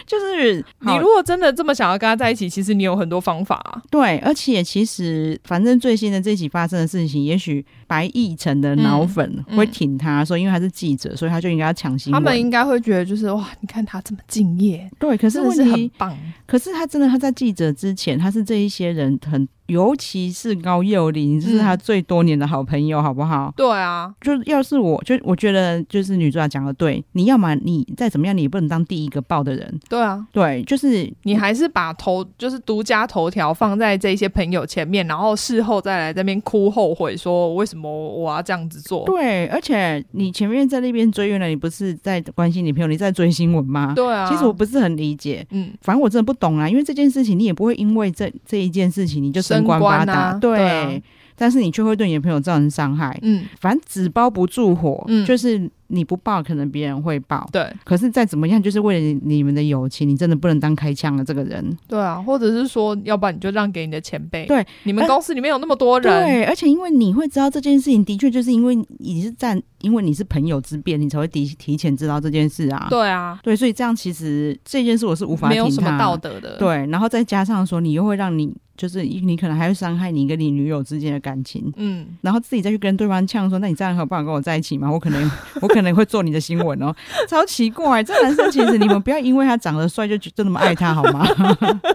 [SPEAKER 1] 就是
[SPEAKER 2] 你
[SPEAKER 1] 好
[SPEAKER 2] 如果真的这么想要跟他在一起，其实你有很多方法啊、
[SPEAKER 1] 对，而且其实反正最新的这起发生的事情，也许白亦晨的脑粉
[SPEAKER 2] 嗯
[SPEAKER 1] 会挺他说，因为他是记者，所以他就应该要抢新
[SPEAKER 2] 他
[SPEAKER 1] 闻。
[SPEAKER 2] 们应该会觉得就是哇，你看他这么敬业，
[SPEAKER 1] 对，可是
[SPEAKER 2] 真的
[SPEAKER 1] 问
[SPEAKER 2] 是很
[SPEAKER 1] 题，
[SPEAKER 2] 棒。
[SPEAKER 1] 可是他真的他在记者之前，他是这一些人很，尤其是高幼霖，这是他最多年的好朋友，好不好？
[SPEAKER 2] 对啊，
[SPEAKER 1] 就要是我，就我觉得就是女主角讲的对，你要么你再怎么样，你也不能当第一个爆的人。
[SPEAKER 2] 对啊，
[SPEAKER 1] 对，就是
[SPEAKER 2] 你还是把头就是独家头条放在这些朋友前面，然后事后再来这边哭后悔，说为什么我要这样子做？
[SPEAKER 1] 对，而且你前面在那边追，原来你不是在关心你朋友，你在追新闻吗？
[SPEAKER 2] 对啊，
[SPEAKER 1] 其实我不是很理解，
[SPEAKER 2] 嗯，
[SPEAKER 1] 反正我真的不懂啊啦，因为这件事情你也不会因为这这一件事情你就升官发达，
[SPEAKER 2] 升官啊
[SPEAKER 1] 对。
[SPEAKER 2] 对啊
[SPEAKER 1] 但是你却会对你的朋友造成伤害，
[SPEAKER 2] 嗯，
[SPEAKER 1] 反正纸包不住火，
[SPEAKER 2] 嗯
[SPEAKER 1] 就是你不报，可能别人会报。
[SPEAKER 2] 对
[SPEAKER 1] 可是再怎么样，就是为了你们的友情，你真的不能当开枪的这个人。
[SPEAKER 2] 对啊，或者是说，要不然你就让给你的前辈。
[SPEAKER 1] 对，哎
[SPEAKER 2] 你们
[SPEAKER 1] 呃
[SPEAKER 2] 公司里面有那么多人，
[SPEAKER 1] 对，而且因为你会知道这件事情，的确就是因为你是站，因为你是朋友之便，你才会提提前知道这件事啊。
[SPEAKER 2] 对啊，
[SPEAKER 1] 对，所以这样其实这件事我是无法
[SPEAKER 2] 没有
[SPEAKER 1] 挺
[SPEAKER 2] 什么
[SPEAKER 1] 他
[SPEAKER 2] 道德的。，
[SPEAKER 1] 对，然后再加上说，你又会让你就是你可能还会伤害你跟你女友之间的感情，
[SPEAKER 2] 嗯，
[SPEAKER 1] 然后自己再去跟对方呛说，那你这样好不好跟我在一起吗？我可能我可能会做你的新闻哦， 超奇怪。这男生其实你们不要因为他长得帅就就那么爱他好吗？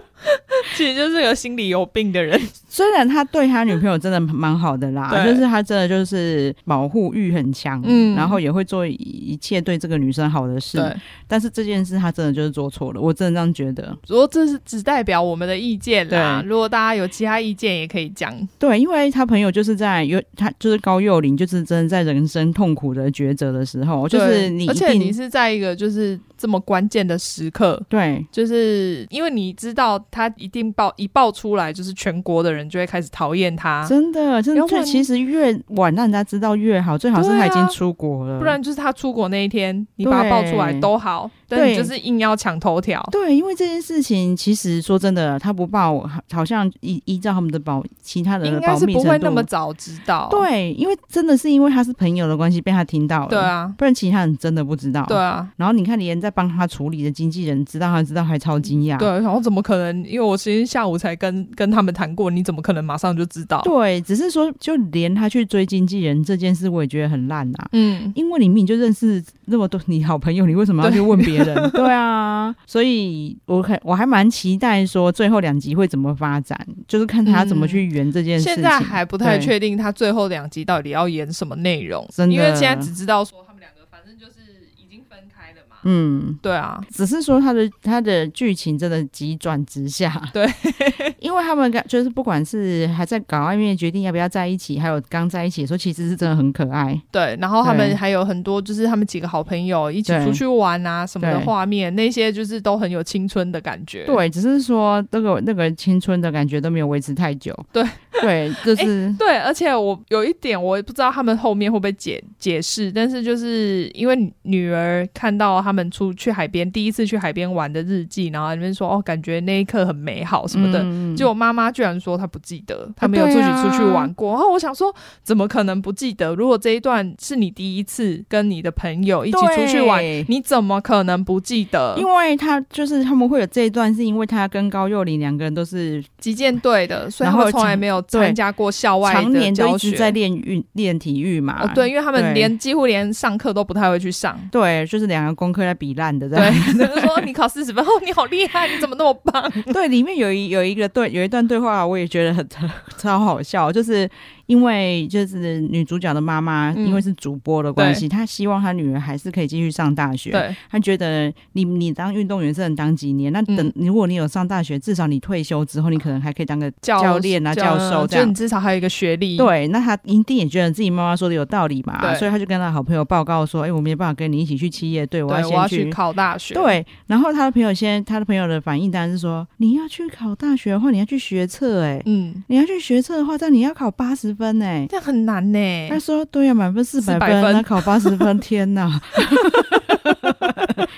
[SPEAKER 2] 其实就是个心理有病的人。
[SPEAKER 1] 虽然他对他女朋友真的蛮好的啦，
[SPEAKER 2] 对
[SPEAKER 1] 就是他真的就是保护欲很强，
[SPEAKER 2] 嗯
[SPEAKER 1] 然后也会做一切对这个女生好的事，
[SPEAKER 2] 对，
[SPEAKER 1] 但是这件事他真的就是做错了，我真的这样觉得。
[SPEAKER 2] 如果这是只代表我们的意见啦，
[SPEAKER 1] 对
[SPEAKER 2] 如果大家有其他意见也可以讲。
[SPEAKER 1] 对，因为他朋友就是在有他就是高幼霖，就是真的在人生痛苦的抉择的时候，就是
[SPEAKER 2] 对
[SPEAKER 1] 你一
[SPEAKER 2] 而且
[SPEAKER 1] 定
[SPEAKER 2] 你是在一个就是这么关键的时刻，
[SPEAKER 1] 对
[SPEAKER 2] 就是因为你知道他一定爆一爆出来，就是全国的人就会开始讨厌他，
[SPEAKER 1] 真的，真的
[SPEAKER 2] 要不
[SPEAKER 1] 最
[SPEAKER 2] 啊然
[SPEAKER 1] 其实越晚让人家知道越好，最好是
[SPEAKER 2] 对啊
[SPEAKER 1] 他已经出国了，
[SPEAKER 2] 不然就是他出国那一天你把他
[SPEAKER 1] 对
[SPEAKER 2] 爆出来都好，但你
[SPEAKER 1] 对
[SPEAKER 2] 就是硬要抢头条。
[SPEAKER 1] 对，因为这件事情其实说真的，他不报好好像依依照他们的保其他人
[SPEAKER 2] 应
[SPEAKER 1] 的
[SPEAKER 2] 该
[SPEAKER 1] 保
[SPEAKER 2] 是
[SPEAKER 1] 密
[SPEAKER 2] 不
[SPEAKER 1] 程
[SPEAKER 2] 会
[SPEAKER 1] 度
[SPEAKER 2] 那么早知道，
[SPEAKER 1] 对，因为真的是因为他是朋友的关系被他听到了，
[SPEAKER 2] 对，啊，
[SPEAKER 1] 不然其他人真的不知道，
[SPEAKER 2] 对。啊，
[SPEAKER 1] 然后你看，连在帮他处理的经纪人知道他知道，还超惊讶，
[SPEAKER 2] 对，啊然后怎么可能？因为我今天下午才跟跟他们谈过，你怎么可能马上就知道？
[SPEAKER 1] 对，只是说，就连他去追经纪人这件事，我也觉得很烂啊。
[SPEAKER 2] 嗯，
[SPEAKER 1] 因为你明明就认识那么多你好朋友，你为什么要去问别人？ 对啊，所以我很我还蛮期待说最后两集会怎么发展，就是看他怎么去圆这件事情。
[SPEAKER 2] 现在还不太
[SPEAKER 1] 对
[SPEAKER 2] 确定他最后两集到底要演什么内容，
[SPEAKER 1] 真的
[SPEAKER 2] 因为现在只知道说他们两个反正就是已经分开了嘛。
[SPEAKER 1] 嗯，
[SPEAKER 2] 对啊，
[SPEAKER 1] 只是说他的他的剧情真的急转直下，
[SPEAKER 2] 对，
[SPEAKER 1] 因为他们刚就是不管是还在搞暧昧决定要不要在一起，还有刚在一起的时候，其实是真的很可爱，
[SPEAKER 2] 对，然后他
[SPEAKER 1] 对
[SPEAKER 2] 们还有很多就是他们几个好朋友一起
[SPEAKER 1] 对
[SPEAKER 2] 出去玩啊什么的
[SPEAKER 1] 对
[SPEAKER 2] 画面，那些就是都很有青春的感觉。
[SPEAKER 1] 对，只是说那个那个青春的感觉都没有维持太久。
[SPEAKER 2] 对哎
[SPEAKER 1] 对， 就是、
[SPEAKER 2] 对，而且我有一点我不知道他们后面会不会解解释，但是就是因为女儿看到他们出去海边第一次去海边玩的日记，然后里面说哦，感觉那一刻很美好什么的。
[SPEAKER 1] 嗯
[SPEAKER 2] 结果妈妈居然说她不记得，她没有自
[SPEAKER 1] 对
[SPEAKER 2] 己
[SPEAKER 1] 啊
[SPEAKER 2] 出去玩过。然后我想说，怎么可能不记得？如果这一段是你第一次跟你的朋友一起出去玩
[SPEAKER 1] 对，
[SPEAKER 2] 你怎么可能不记得？
[SPEAKER 1] 因为他就是他们会有这一段，是因为他跟高幼霖两个人都是
[SPEAKER 2] 击剑队的，所以他
[SPEAKER 1] 然后
[SPEAKER 2] 们从来没有
[SPEAKER 1] 对
[SPEAKER 2] 参加过校外
[SPEAKER 1] 常
[SPEAKER 2] 的
[SPEAKER 1] 年都
[SPEAKER 2] 教
[SPEAKER 1] 一直
[SPEAKER 2] 学。
[SPEAKER 1] 在练运练体育嘛。
[SPEAKER 2] 哦，对，因为他
[SPEAKER 1] 对
[SPEAKER 2] 们连几乎连上课都不太会 去上。
[SPEAKER 1] 对，就是两个功课在比烂的这
[SPEAKER 2] 对
[SPEAKER 1] 样。，
[SPEAKER 2] 就是说你考四十分，哦， 你好厉害，你怎么那么棒？
[SPEAKER 1] 对，里面有一有一个对有一段对话，我也觉得很 超好笑，就是因为就是女主角的妈妈，
[SPEAKER 2] 嗯
[SPEAKER 1] 因为是主播的关系，她希望她女儿还是可以继续上大学。
[SPEAKER 2] 对
[SPEAKER 1] 他觉得你你当运动员是能当几年，那等、
[SPEAKER 2] 嗯
[SPEAKER 1] 如果你有上大学，至少你退休之后，你可能还可以当个
[SPEAKER 2] 教呃
[SPEAKER 1] 教练啊、教授这
[SPEAKER 2] 就
[SPEAKER 1] 样
[SPEAKER 2] 你。至少还有一个学历。
[SPEAKER 1] 对，那他一定也觉得自己妈妈说的有道理嘛，
[SPEAKER 2] 对
[SPEAKER 1] 所以他就跟他好朋友报告说：“哎、我没办法跟你一起去企业队，
[SPEAKER 2] 对，
[SPEAKER 1] 我
[SPEAKER 2] 我要
[SPEAKER 1] 要先
[SPEAKER 2] 去考大学。
[SPEAKER 1] 对，然后他的朋友先，他的朋友的反应当然是说：“你要去考大学的话，你要去学测、哎、
[SPEAKER 2] 嗯，
[SPEAKER 1] 你要去学测的话，但你要考八十十分哎、
[SPEAKER 2] 这样很难呢、
[SPEAKER 1] 他说：“对呀、啊满分四百
[SPEAKER 2] 400
[SPEAKER 1] 分，
[SPEAKER 2] 嗯分
[SPEAKER 1] 他考八十分，天 哪！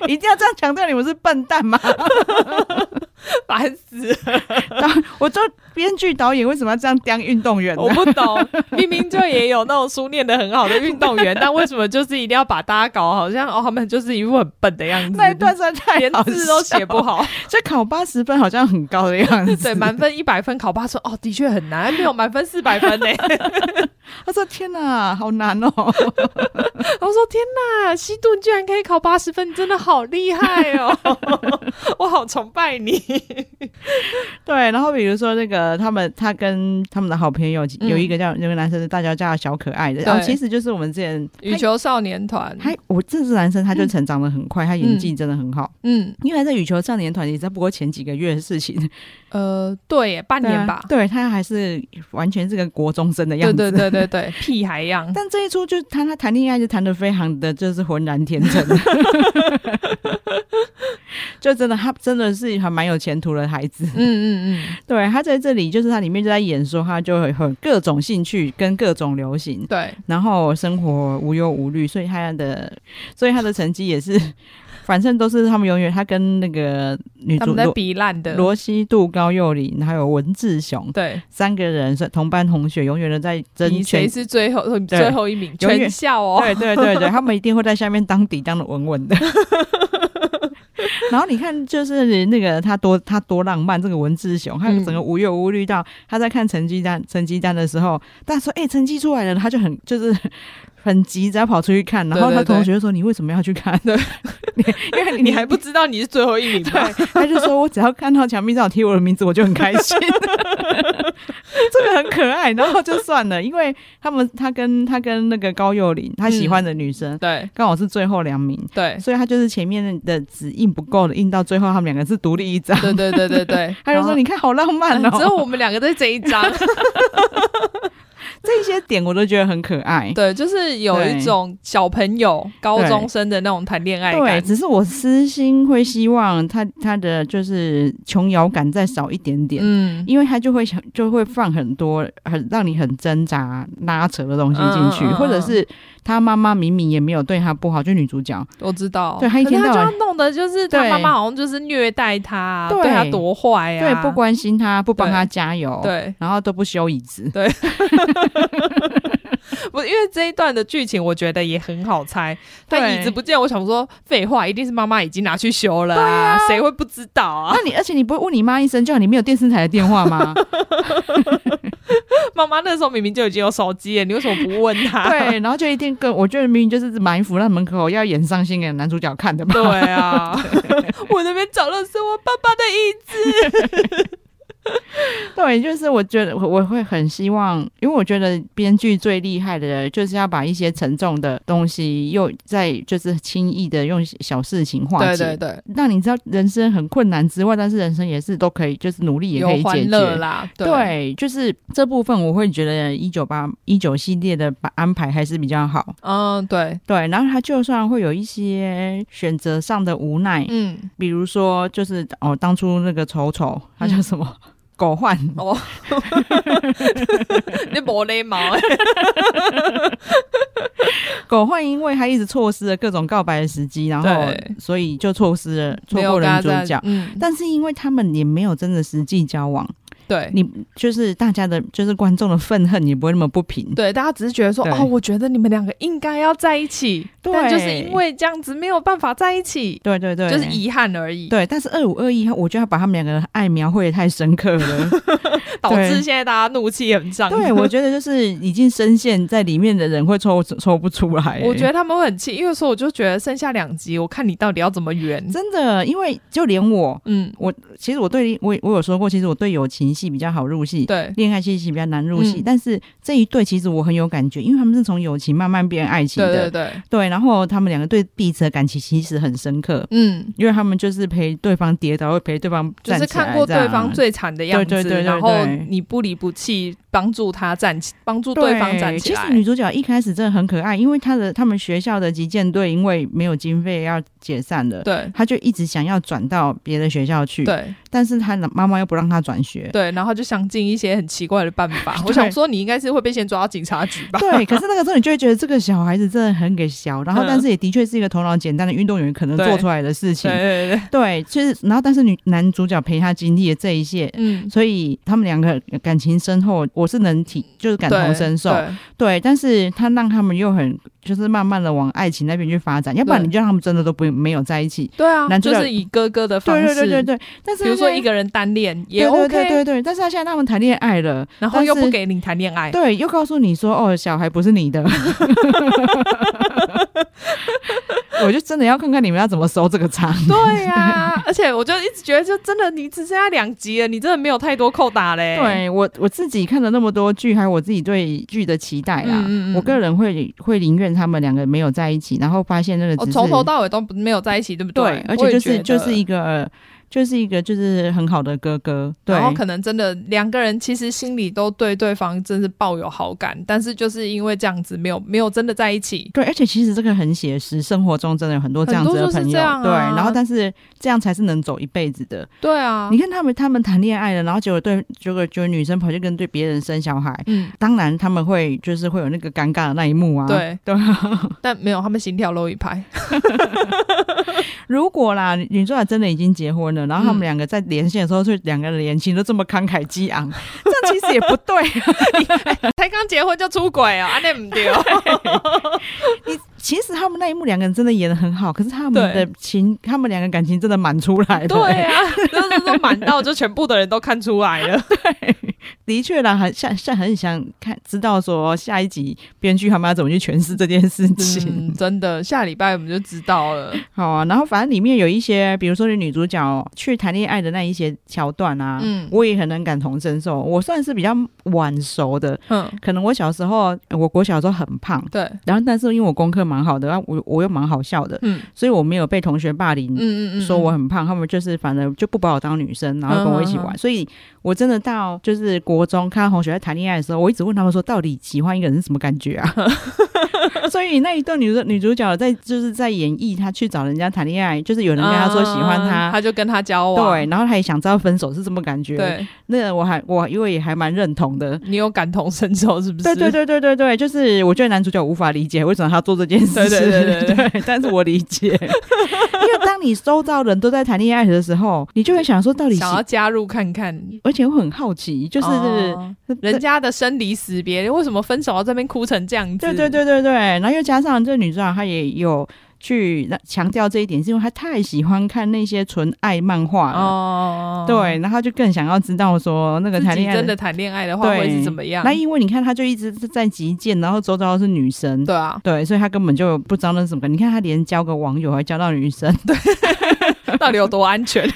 [SPEAKER 1] 一定要这样强调你们是笨蛋吗？
[SPEAKER 2] 烦死了！
[SPEAKER 1] 当我做编剧导演为什么要这样当运动员呢
[SPEAKER 2] 我？不懂，明明就也有那种书念的很好的运动员，但为什么就是一定要把大家搞好像哦，他们就是一副很笨的样子？
[SPEAKER 1] 那一段实在太
[SPEAKER 2] 连
[SPEAKER 1] 好
[SPEAKER 2] 字都
[SPEAKER 1] 笑
[SPEAKER 2] 写不，好，
[SPEAKER 1] 这考八十分好像很高的样 子。
[SPEAKER 2] 对，满分一百分考八十，哦，的确很难，没有满分四百分呢、
[SPEAKER 1] 他说：天哪，好难哦！
[SPEAKER 2] 我说天哪，西顿居然可以考八十分，你真的好厉害哦！ 我好崇拜你。
[SPEAKER 1] 对，然后比如说那个他们，他跟他们的好朋友
[SPEAKER 2] 嗯
[SPEAKER 1] 有一个叫有个男生，大家叫他小可爱的，然后
[SPEAKER 2] 对
[SPEAKER 1] 其实就是我们之前
[SPEAKER 2] 羽球少年团，
[SPEAKER 1] 他，他我这是男生，他就成长的很快，他演技真的很好。
[SPEAKER 2] 嗯
[SPEAKER 1] 因为在羽球少年团，也只不过前几个月的事情，
[SPEAKER 2] 呃，对耶，半年吧，
[SPEAKER 1] 对,、他还是完全是个国中生的样
[SPEAKER 2] 对
[SPEAKER 1] 子。
[SPEAKER 2] 对对对对， 屁孩样。
[SPEAKER 1] 但这一出就谈他谈恋爱就谈的非常的就是浑然天成， 就真的他真的是还蛮有前途的孩子。
[SPEAKER 2] 嗯嗯嗯，
[SPEAKER 1] 对他在这里就是他里面就在演说，他就会很各种兴趣跟各种流行，
[SPEAKER 2] 对，
[SPEAKER 1] 然后生活无忧无虑，所以他的所以他的成绩也是， 反正都是他们永远他跟那个女
[SPEAKER 2] 他
[SPEAKER 1] 主
[SPEAKER 2] 们在
[SPEAKER 1] 罗
[SPEAKER 2] 比烂的，
[SPEAKER 1] 罗西度高佑林还有文志雄
[SPEAKER 2] 对，
[SPEAKER 1] 三个人是同班同学，永远都在争
[SPEAKER 2] 比谁
[SPEAKER 1] 权。
[SPEAKER 2] 是最后
[SPEAKER 1] 对
[SPEAKER 2] 最后一名，
[SPEAKER 1] 永远
[SPEAKER 2] 全校哦。
[SPEAKER 1] 对对对对，他们一定会在下面当底当的稳稳的。 然后你看，就是那个他多他多浪漫，这个文志雄，他
[SPEAKER 2] 嗯
[SPEAKER 1] 整个无忧无虑到他在看成绩单成绩单的时候，大家说：“哎、成绩出来了。”他就很就是 很急着要跑出去看。然后
[SPEAKER 2] 对
[SPEAKER 1] 他
[SPEAKER 2] 对对
[SPEAKER 1] 同学就说：“你为什么要去看？”
[SPEAKER 2] 对
[SPEAKER 1] 你因为你
[SPEAKER 2] 你还不知道你是最后一名吗？
[SPEAKER 1] 对，他就说我只要看到墙壁上有贴我的名字，我就很开心。 这个很可爱，然后就算了，因为他们他跟他跟那个高幼霖，他喜
[SPEAKER 2] 嗯
[SPEAKER 1] 欢的女生
[SPEAKER 2] 对
[SPEAKER 1] 刚、好是最后两名，
[SPEAKER 2] 对
[SPEAKER 1] 所以他就是前面的纸印不够的，印到最后他们两个是独立一张。
[SPEAKER 2] 对对对对对， 嗯
[SPEAKER 1] 他就说：“你看，好浪漫
[SPEAKER 2] 然后。只有
[SPEAKER 1] 哦！
[SPEAKER 2] 我们两个在这一张，
[SPEAKER 1] 这些点我都觉得很可爱。
[SPEAKER 2] 对，就是有
[SPEAKER 1] 对
[SPEAKER 2] 一种小朋友、高中生的那种谈恋爱
[SPEAKER 1] 对，
[SPEAKER 2] 感。
[SPEAKER 1] 只是我私心会希望他他的就是琼瑶感再少一点点。
[SPEAKER 2] 嗯，
[SPEAKER 1] 因为他就会想，就会放很多很让你很挣扎、拉扯的东西进去，
[SPEAKER 2] 嗯嗯嗯
[SPEAKER 1] 或者是他妈妈明明也没有对他不好，就女主角，
[SPEAKER 2] 我知道，
[SPEAKER 1] 对他一
[SPEAKER 2] 可是
[SPEAKER 1] 天到
[SPEAKER 2] 就
[SPEAKER 1] 晚
[SPEAKER 2] 要弄的就是他
[SPEAKER 1] 对
[SPEAKER 2] 妈妈好像就是虐待他，啊
[SPEAKER 1] 对
[SPEAKER 2] 对他多坏呀、
[SPEAKER 1] 对，不关心他，不帮
[SPEAKER 2] 对
[SPEAKER 1] 他加油，，
[SPEAKER 2] 对，
[SPEAKER 1] 然后都不修椅子，
[SPEAKER 2] 不因为这一段的剧情我觉得也很好猜，但
[SPEAKER 1] 对
[SPEAKER 2] 椅子不见，我想说废话，一定是妈妈已经拿去修了啊，谁会不知道啊
[SPEAKER 1] 那？你而且你不会问你妈一声，就好你没有电视台的电话 吗？
[SPEAKER 2] 妈妈那时候明明就已经有手机了，你为什么不问他？
[SPEAKER 1] 对，然后就一定跟我觉得明明就是埋伏在门口要演上心给男主角看的嘛，
[SPEAKER 2] 对啊， 我那边找的是我爸爸的椅子，
[SPEAKER 1] 对，就是我觉得我我会很希望，因为我觉得编剧最厉害的就是要把一些沉重的东西，又在就是轻易的用小事情化解。
[SPEAKER 2] 对，
[SPEAKER 1] 让你知道人生很困难之外，但是人生也是都可以，就是努力也可以解
[SPEAKER 2] 有欢乐
[SPEAKER 1] 决。
[SPEAKER 2] 啦，
[SPEAKER 1] 对，就是这部分我会觉得一九八一九系列的安排还是比较好。
[SPEAKER 2] 嗯，对，
[SPEAKER 1] 对，然后他就算会有一些选择上的无奈，
[SPEAKER 2] 嗯，
[SPEAKER 1] 比如说就是哦，当初那个丑丑他
[SPEAKER 2] 嗯
[SPEAKER 1] 叫什么、狗焕，
[SPEAKER 2] 哦，你没礼貌欸，
[SPEAKER 1] 狗焕因为他一直错失了各种告白的时机，然后
[SPEAKER 2] 对
[SPEAKER 1] 所以就错失了 错
[SPEAKER 2] 没有
[SPEAKER 1] 过
[SPEAKER 2] 跟
[SPEAKER 1] 了
[SPEAKER 2] 他
[SPEAKER 1] 女主
[SPEAKER 2] 在
[SPEAKER 1] 角。
[SPEAKER 2] 嗯，
[SPEAKER 1] 但是因为他们也没有真的实际交往，
[SPEAKER 2] 对。
[SPEAKER 1] 你就是大家的，就是观众的愤恨也不会那么不平。
[SPEAKER 2] 对，大家只是觉得说，
[SPEAKER 1] 对
[SPEAKER 2] 哦，我觉得你们两个应该要在一起，
[SPEAKER 1] 对
[SPEAKER 2] 但就是因为这样子没有办法在一起，
[SPEAKER 1] 对对对，
[SPEAKER 2] 就是遗憾而已，
[SPEAKER 1] 对。但是二五二一，我觉得他把他们两个的爱描绘的太深刻 了。
[SPEAKER 2] 导致现在大家怒气很上。
[SPEAKER 1] 对，我觉得就是已经深陷在里面的人会抽抽不出 来、
[SPEAKER 2] 我觉得他们会很气，因为说我就觉得剩下两集，我看你到底要怎么圆。
[SPEAKER 1] 真的，因为就连我，
[SPEAKER 2] 嗯，
[SPEAKER 1] 其实我对我我有说过，其实我对友情戏比较好入戏。
[SPEAKER 2] 对，
[SPEAKER 1] 恋爱戏其实比较难入戏，
[SPEAKER 2] 嗯
[SPEAKER 1] 但是这一对其实我很有感觉，因为他们是从友情慢慢变爱情
[SPEAKER 2] 对
[SPEAKER 1] 的，
[SPEAKER 2] 对对，
[SPEAKER 1] 对然后他们两个对彼此的感情其实很深刻，
[SPEAKER 2] 嗯，
[SPEAKER 1] 因为他们就是陪对方跌倒，会陪对方
[SPEAKER 2] 就
[SPEAKER 1] 站起来
[SPEAKER 2] 是看过
[SPEAKER 1] 这样
[SPEAKER 2] 对方最惨的样子，
[SPEAKER 1] 对对对对对
[SPEAKER 2] 然后你不离不弃，帮助他站起，帮助对方站起
[SPEAKER 1] 其
[SPEAKER 2] 来
[SPEAKER 1] 实。女主角一开始真的很可爱，因为她的他们学校的击剑队因为没有经费要解散了，
[SPEAKER 2] 对
[SPEAKER 1] 她就一直想要转到别的学校去。，
[SPEAKER 2] 对
[SPEAKER 1] 但是他妈妈又不让他转学。
[SPEAKER 2] 对，然后就想尽一些很奇怪的办 法。我想说，你应该是会被先抓到警察局吧？
[SPEAKER 1] 对，可是那个时候你就会觉得这个小孩子真的很给小，然后
[SPEAKER 2] 嗯
[SPEAKER 1] 但是也的确是一个头脑简单的运动员可能
[SPEAKER 2] 对
[SPEAKER 1] 做出来的事情
[SPEAKER 2] 对。对对，
[SPEAKER 1] 对，其实然后但是女男主角陪他经历了这一切，
[SPEAKER 2] 嗯，
[SPEAKER 1] 所以他们两个感情深厚，我是能体就是感同
[SPEAKER 2] 对
[SPEAKER 1] 身受。
[SPEAKER 2] 对
[SPEAKER 1] 对，但是他让他们又很就是慢慢的往爱情那边去发展，要不然
[SPEAKER 2] 对
[SPEAKER 1] 你就让他们真的都不没有在一起。
[SPEAKER 2] 对啊，
[SPEAKER 1] 男主
[SPEAKER 2] 就
[SPEAKER 1] 角
[SPEAKER 2] 是以哥哥的方
[SPEAKER 1] 对
[SPEAKER 2] 式，
[SPEAKER 1] 对对对对，但是
[SPEAKER 2] 比如说一
[SPEAKER 1] 个
[SPEAKER 2] 个人单恋也 OK，
[SPEAKER 1] 对对对对，但是他现在他们谈恋爱了，
[SPEAKER 2] 然后又
[SPEAKER 1] 但是
[SPEAKER 2] 不给你谈恋爱，
[SPEAKER 1] 对，又告诉你说哦，小孩不是你的， 我就真的要看看你们要怎么收这个场。
[SPEAKER 2] 对呀、而且我就一直觉得，就真的你只剩下两集了，你真的没有太多扣打嘞。
[SPEAKER 1] 对我我自己看了那么多剧，还有我自己对剧的期待啦，
[SPEAKER 2] 嗯嗯嗯
[SPEAKER 1] 我个人会会宁愿他们两个没有在一起，然后发现那个
[SPEAKER 2] 我
[SPEAKER 1] 只是
[SPEAKER 2] 哦从头到尾都不没有在一起，对不
[SPEAKER 1] 对，而且
[SPEAKER 2] 我也
[SPEAKER 1] 就
[SPEAKER 2] 觉
[SPEAKER 1] 是
[SPEAKER 2] 得
[SPEAKER 1] 就是一个就是一个就是很好的哥哥，对
[SPEAKER 2] 然后可能真的两个人其实心里都对对方真是抱有好感，但是就是因为这样子没有没有真的在一起。
[SPEAKER 1] 对，而且其实这个很写实，生活中真的有很多这样子的
[SPEAKER 2] 很多就
[SPEAKER 1] 朋
[SPEAKER 2] 是
[SPEAKER 1] 友，
[SPEAKER 2] 这样啊
[SPEAKER 1] 对，然后但是这样才是能走一辈子的。
[SPEAKER 2] 对啊，
[SPEAKER 1] 你看他们他们谈恋爱了，然后结果对结果结果女生跑去跟对别人生小孩。
[SPEAKER 2] 嗯，
[SPEAKER 1] 当然，他们会就是会有那个尴尬的那一幕啊。
[SPEAKER 2] 对
[SPEAKER 1] 对啊，
[SPEAKER 2] 但没有他们心跳漏一拍，
[SPEAKER 1] 如果啦，女主角真的已经结婚了，然后他们
[SPEAKER 2] 嗯
[SPEAKER 1] 两个在连线的时候，就两个人的言情都这么慷慨激 昂，这其实也不对啊。
[SPEAKER 2] 才刚结婚就出轨啊，安内 唔对。
[SPEAKER 1] 其实他们那一幕两个人真的演的很好，可是他们
[SPEAKER 2] 对
[SPEAKER 1] 的情，他们两个感情真的满出来的。
[SPEAKER 2] 对啊， 就是都满到就全部的人都看出 来了。
[SPEAKER 1] 的确啦，很像像很想看知道说下一集编剧他们要怎么去诠释这件事情。
[SPEAKER 2] 嗯，真的，下礼拜我们就知道了。
[SPEAKER 1] 好啊，然后反正里面有一些，比如说女主角去谈恋爱的那一些桥段啊，
[SPEAKER 2] 嗯
[SPEAKER 1] 我也很能感同身受。我算是比较晚熟的，
[SPEAKER 2] 嗯，
[SPEAKER 1] 可能我小时候，呃我国小的时候很胖，
[SPEAKER 2] 对，
[SPEAKER 1] 然后但是因为我功课蛮好的，然后我我又蛮好笑的，
[SPEAKER 2] 嗯
[SPEAKER 1] 所以我没有被同学霸凌。
[SPEAKER 2] 嗯嗯嗯，
[SPEAKER 1] 说我很胖，他们就是反正就不把我当女生，然后跟我一起玩。
[SPEAKER 2] 嗯嗯
[SPEAKER 1] 所以我真的到就是国中看到同学在谈恋爱的时候，我一直问他们说，到底喜欢一个人是什么感觉啊？ 所以那一段女主女主角在就是在演绎她去找人家谈恋爱，就是有人跟她说喜欢
[SPEAKER 2] 嗯
[SPEAKER 1] 她。
[SPEAKER 2] 他就跟他交往。
[SPEAKER 1] 对，然后她也想知道分手是什么感觉。，
[SPEAKER 2] 对，
[SPEAKER 1] 那我还我因为也还蛮认同的。
[SPEAKER 2] 你有感同身受是不是？
[SPEAKER 1] 对对对对对对，就是我觉得男主角无法理解为什么他做这件事情，
[SPEAKER 2] 对对对
[SPEAKER 1] 对但是我理解，因为当你周遭人都在谈恋爱的时候，你就会想说到底是，
[SPEAKER 2] 想要加入看看，
[SPEAKER 1] 而且我很好奇，就是、呃
[SPEAKER 2] 哦人
[SPEAKER 1] 对。
[SPEAKER 2] 家的生离死别，为什么分手要这边哭成这样子？
[SPEAKER 1] 对对对对对，然后又加上这女主角她也有去强调这一点，是因为她太喜欢看那些纯爱漫画了，
[SPEAKER 2] 哦，
[SPEAKER 1] 对，，然后她就更想要知道说啊那个
[SPEAKER 2] 自
[SPEAKER 1] 谈
[SPEAKER 2] 己
[SPEAKER 1] 恋爱
[SPEAKER 2] 真的谈恋爱的话
[SPEAKER 1] 对
[SPEAKER 2] 会是怎么样
[SPEAKER 1] 那？因为你看，她就一直在击剑，然后周遭都是女生，
[SPEAKER 2] 对啊，
[SPEAKER 1] 对，所以他根本就不知道那是什么感觉。你看他连交个网友还交到女 生，
[SPEAKER 2] 到底有多安全？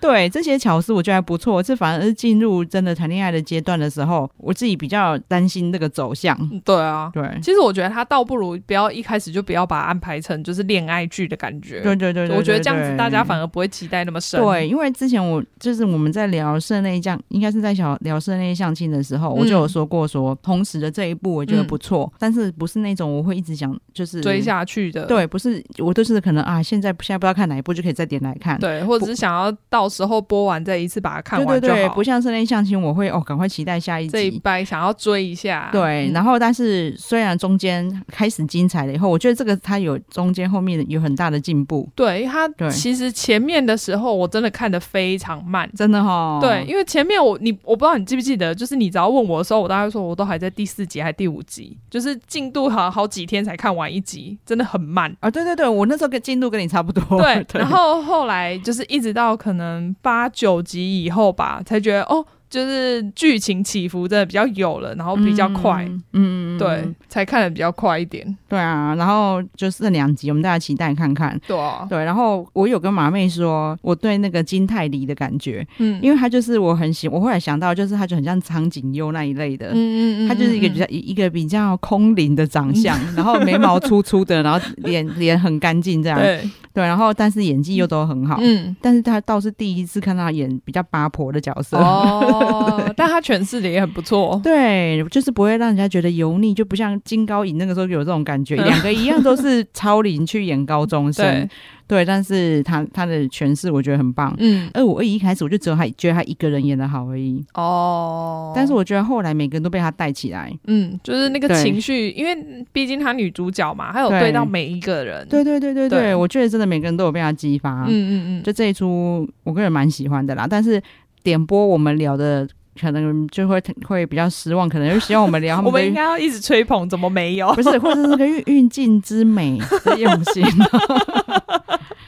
[SPEAKER 1] 对这些巧思我觉得还不错。这反而是进入真的谈恋爱的阶段的时候，我自己比较担心这个走向。
[SPEAKER 2] 对啊，
[SPEAKER 1] 对，
[SPEAKER 2] 其实我觉得他倒不如不要一开始就不要把它安排成就是恋爱剧的感觉。
[SPEAKER 1] 对对对对，
[SPEAKER 2] 我觉得
[SPEAKER 1] 对
[SPEAKER 2] 这样子大家。
[SPEAKER 1] 对
[SPEAKER 2] 反而不会期待那么深。
[SPEAKER 1] 对，因为之前我就是我们在聊室内相，应该是在小聊室内相亲的时
[SPEAKER 2] 嗯
[SPEAKER 1] 候，我就有说过说，同时的这一部我觉得不错，但是不是那种我会一直想就是
[SPEAKER 2] 追。下去的，
[SPEAKER 1] 对，不是我都是可能啊，现在现在不知道看哪一部就可以再点来看。
[SPEAKER 2] 对，或者是想要到时候播完再一次把它看完就
[SPEAKER 1] 对
[SPEAKER 2] 好。
[SPEAKER 1] 对对，不像室内相亲，我会哦，赶快期待下一
[SPEAKER 2] 这一
[SPEAKER 1] 集。
[SPEAKER 2] 拜想要追一下，
[SPEAKER 1] 对，
[SPEAKER 2] 嗯
[SPEAKER 1] 然后但是虽然中间开始精彩了以后，我觉得这个它有中间后面有很大的进步，
[SPEAKER 2] 对，因为
[SPEAKER 1] 对
[SPEAKER 2] 他其实前面的时候我真的看的非常慢。
[SPEAKER 1] 真的哦哈。
[SPEAKER 2] 对，，因为前面我你我不知道你记不记得，就是你只要问我的时候，我大概说我都还在第四集还是第五集，就是进度好好几天才看完一集，真的很慢。
[SPEAKER 1] 啊，对对对，我那时候跟进度跟你差不多。
[SPEAKER 2] 对，然后后来就是一直到可能八九集以后吧，才觉得哦，就是剧情起伏真的比较有了，然后比较快，
[SPEAKER 1] 嗯嗯，嗯
[SPEAKER 2] 对，才看的比较快一点。
[SPEAKER 1] 对啊。然后就是这两集，我们大家期待看看。
[SPEAKER 2] 对啊，
[SPEAKER 1] 对，然后我有跟马妹说，我对那个金泰梨的感觉，
[SPEAKER 2] 嗯
[SPEAKER 1] 因为她就是我很喜，我后来想到就是她就很像苍井优那一类的，
[SPEAKER 2] 嗯
[SPEAKER 1] 他就是一个比较一一个比较空灵的长相，然后眉毛粗粗的，然后脸 脸很干净这样，对
[SPEAKER 2] 对，
[SPEAKER 1] 然后但是演技又都很好，
[SPEAKER 2] 嗯。
[SPEAKER 1] 但是他倒是第一次看到他演比较八婆的角色，
[SPEAKER 2] 哦哦，但他诠释的也很不错。
[SPEAKER 1] 对，就是不会让人家觉得油腻，就不像金高银那个时候有这种感觉，两个一样都是超龄去演高中生，
[SPEAKER 2] 嗯对，
[SPEAKER 1] 对但是他他的诠释我觉得很棒。
[SPEAKER 2] 嗯，
[SPEAKER 1] 二五二一一开始我就只有他觉得他一个人演的好而已，
[SPEAKER 2] 哦，
[SPEAKER 1] 但是我觉得后来每个人都被他带起来。
[SPEAKER 2] 嗯，就是那个
[SPEAKER 1] 对
[SPEAKER 2] 情绪，因为毕竟她女主角嘛，她有
[SPEAKER 1] 对
[SPEAKER 2] 对到每一个人。
[SPEAKER 1] 对对对对对，
[SPEAKER 2] 对
[SPEAKER 1] 我觉得真的每个人都有被他激发。
[SPEAKER 2] 嗯嗯嗯，
[SPEAKER 1] 就这一出，我个人蛮喜欢的啦。但是点播我们聊的，可能就会会比较失望，可能就希望我们聊他
[SPEAKER 2] 我
[SPEAKER 1] 们的
[SPEAKER 2] 们应该要一直吹捧，怎么没有？
[SPEAKER 1] 不是，或者是个运运镜之美之用心。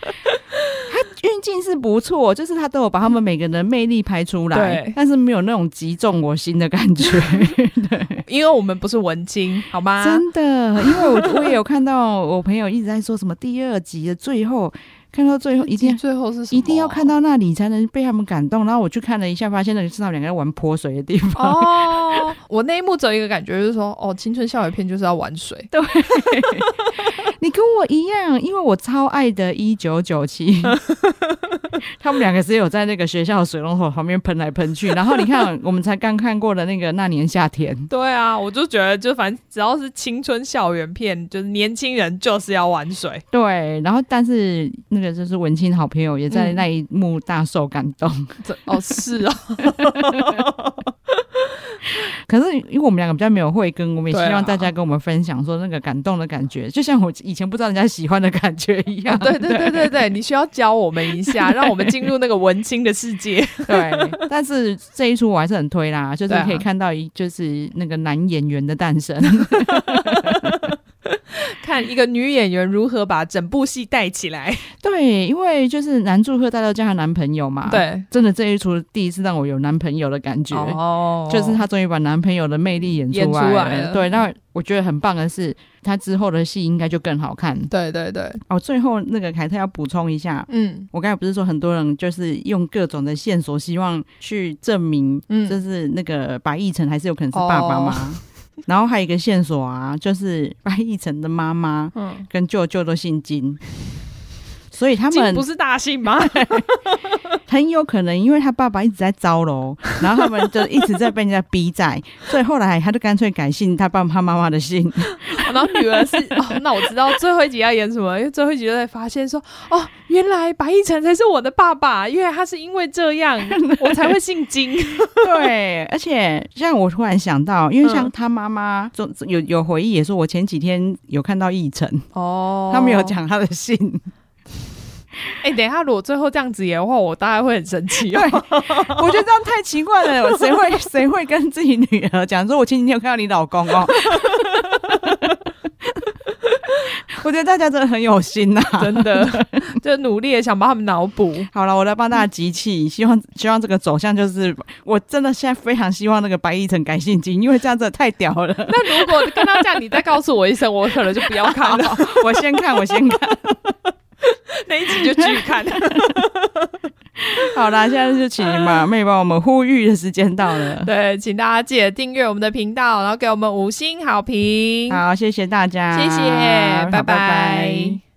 [SPEAKER 1] 它运镜是不错，就是它都有把他们每个人的魅力拍出来
[SPEAKER 2] 对，
[SPEAKER 1] 但是没有那种击中我心的感觉，
[SPEAKER 2] 因为我们不是文青，好吗？
[SPEAKER 1] 真的。因为我我也有看到我朋友一直在说什么第二集的最后，看到最后一定
[SPEAKER 2] 最后是什么
[SPEAKER 1] 一定要看到那里才能被他们感动。然后我去看了一下，发现那里是他们两个人玩泼水的地方。
[SPEAKER 2] 哦。 我那一幕只有一个感觉，就是说，哦，青春校园片就是要玩水。
[SPEAKER 1] 你跟我一样，因为我超爱的《一九九 七》，他们两个只有在那个学校水龙头旁边喷来喷去。然后你看，我们才刚看过的那个《那年夏天》，
[SPEAKER 2] 对啊，我就觉得，就反正只要是青春校园片，就是年轻人就是要玩水。
[SPEAKER 1] 对。然后，但是那个就是文青好朋友也在那一幕大受感动。
[SPEAKER 2] 这哦，是哦，
[SPEAKER 1] 可是因为我们两个比较没有慧根，我们也
[SPEAKER 2] 对啊
[SPEAKER 1] 希望大家跟我们分享说那个感动的感觉，就像我以前不知道人家喜欢的感觉一样。
[SPEAKER 2] 对对对对对，你需要教我们一 下，让我们进入那个文青的世界。
[SPEAKER 1] 对，但是这一出我还是很推啦，就是
[SPEAKER 2] 对啊
[SPEAKER 1] 可以看到一就是那个男演员的诞 生。
[SPEAKER 2] 看一个女演员如何把整部戏带起 来。
[SPEAKER 1] 对，因为就是男祝贺大家叫她男朋友嘛。，
[SPEAKER 2] 对，
[SPEAKER 1] 真的这一出第一次让我有男朋友的感觉，
[SPEAKER 2] 哦
[SPEAKER 1] 就是她终于把男朋友的魅力演出
[SPEAKER 2] 演出
[SPEAKER 1] 来
[SPEAKER 2] 来了
[SPEAKER 1] 对，那我觉得很棒的是，她之后的戏应该就更好看。
[SPEAKER 2] 对对对，
[SPEAKER 1] 哦，最后那个凯特要补充一下。
[SPEAKER 2] 嗯
[SPEAKER 1] 我刚才不是说很多人就是用各种的线索，希望去证明，
[SPEAKER 2] 嗯哦
[SPEAKER 1] 就是那个白亦晨还是有可能是爸爸吗？ 然后还有一个线索啊，就是白亦晨的妈妈
[SPEAKER 2] 嗯，
[SPEAKER 1] 跟舅舅都姓金，所以他
[SPEAKER 2] 金
[SPEAKER 1] 们
[SPEAKER 2] 不是大姓吗？
[SPEAKER 1] 很有可能，因为他爸爸一直在招 楼，然后他们就一直在被人家逼债，所以后来他就干脆改姓他爸他妈妈的姓。
[SPEAKER 2] 然后女 儿是哦，那我知道最后一集要演什么，因为最后一集就在发现说，哦，原来白亦晨才是我的爸爸，因为他是因为这 样我才会姓金。
[SPEAKER 1] 对，而且像我突然想到，因为像
[SPEAKER 2] 嗯
[SPEAKER 1] 他妈妈就有有回忆也说，我前几天有看到奕晨，
[SPEAKER 2] 哦
[SPEAKER 1] 他没有。讲他的姓，
[SPEAKER 2] 哎、等一下，如果最后这样子演的话，我大概会很生气
[SPEAKER 1] 对
[SPEAKER 2] 哦。
[SPEAKER 1] 我觉得这样太奇怪 了，谁会谁会跟自己女儿讲说，我前几天有看到你老公哦？ 我觉得大家真的很有心 呐、
[SPEAKER 2] 真的， 就努力地想帮他们脑补。
[SPEAKER 1] 好了，我来帮大家集气，希望希望这个走向就是，我真的现在非常希望那个白亦晨改姓金，因为这样真的太屌 了。
[SPEAKER 2] 那如果跟他这样，你再告诉我一声，我可能就不要看 了，
[SPEAKER 1] 我先看，我先看。
[SPEAKER 2] 那一 集就继续看。
[SPEAKER 1] 好啦，现在就请 马妹帮我们呼吁的时间到了。
[SPEAKER 2] 对，请大家记得订阅我们的频道，然后给我们五星好评。
[SPEAKER 1] 好，谢谢大家，
[SPEAKER 2] 谢谢
[SPEAKER 1] 好
[SPEAKER 2] 拜拜
[SPEAKER 1] 拜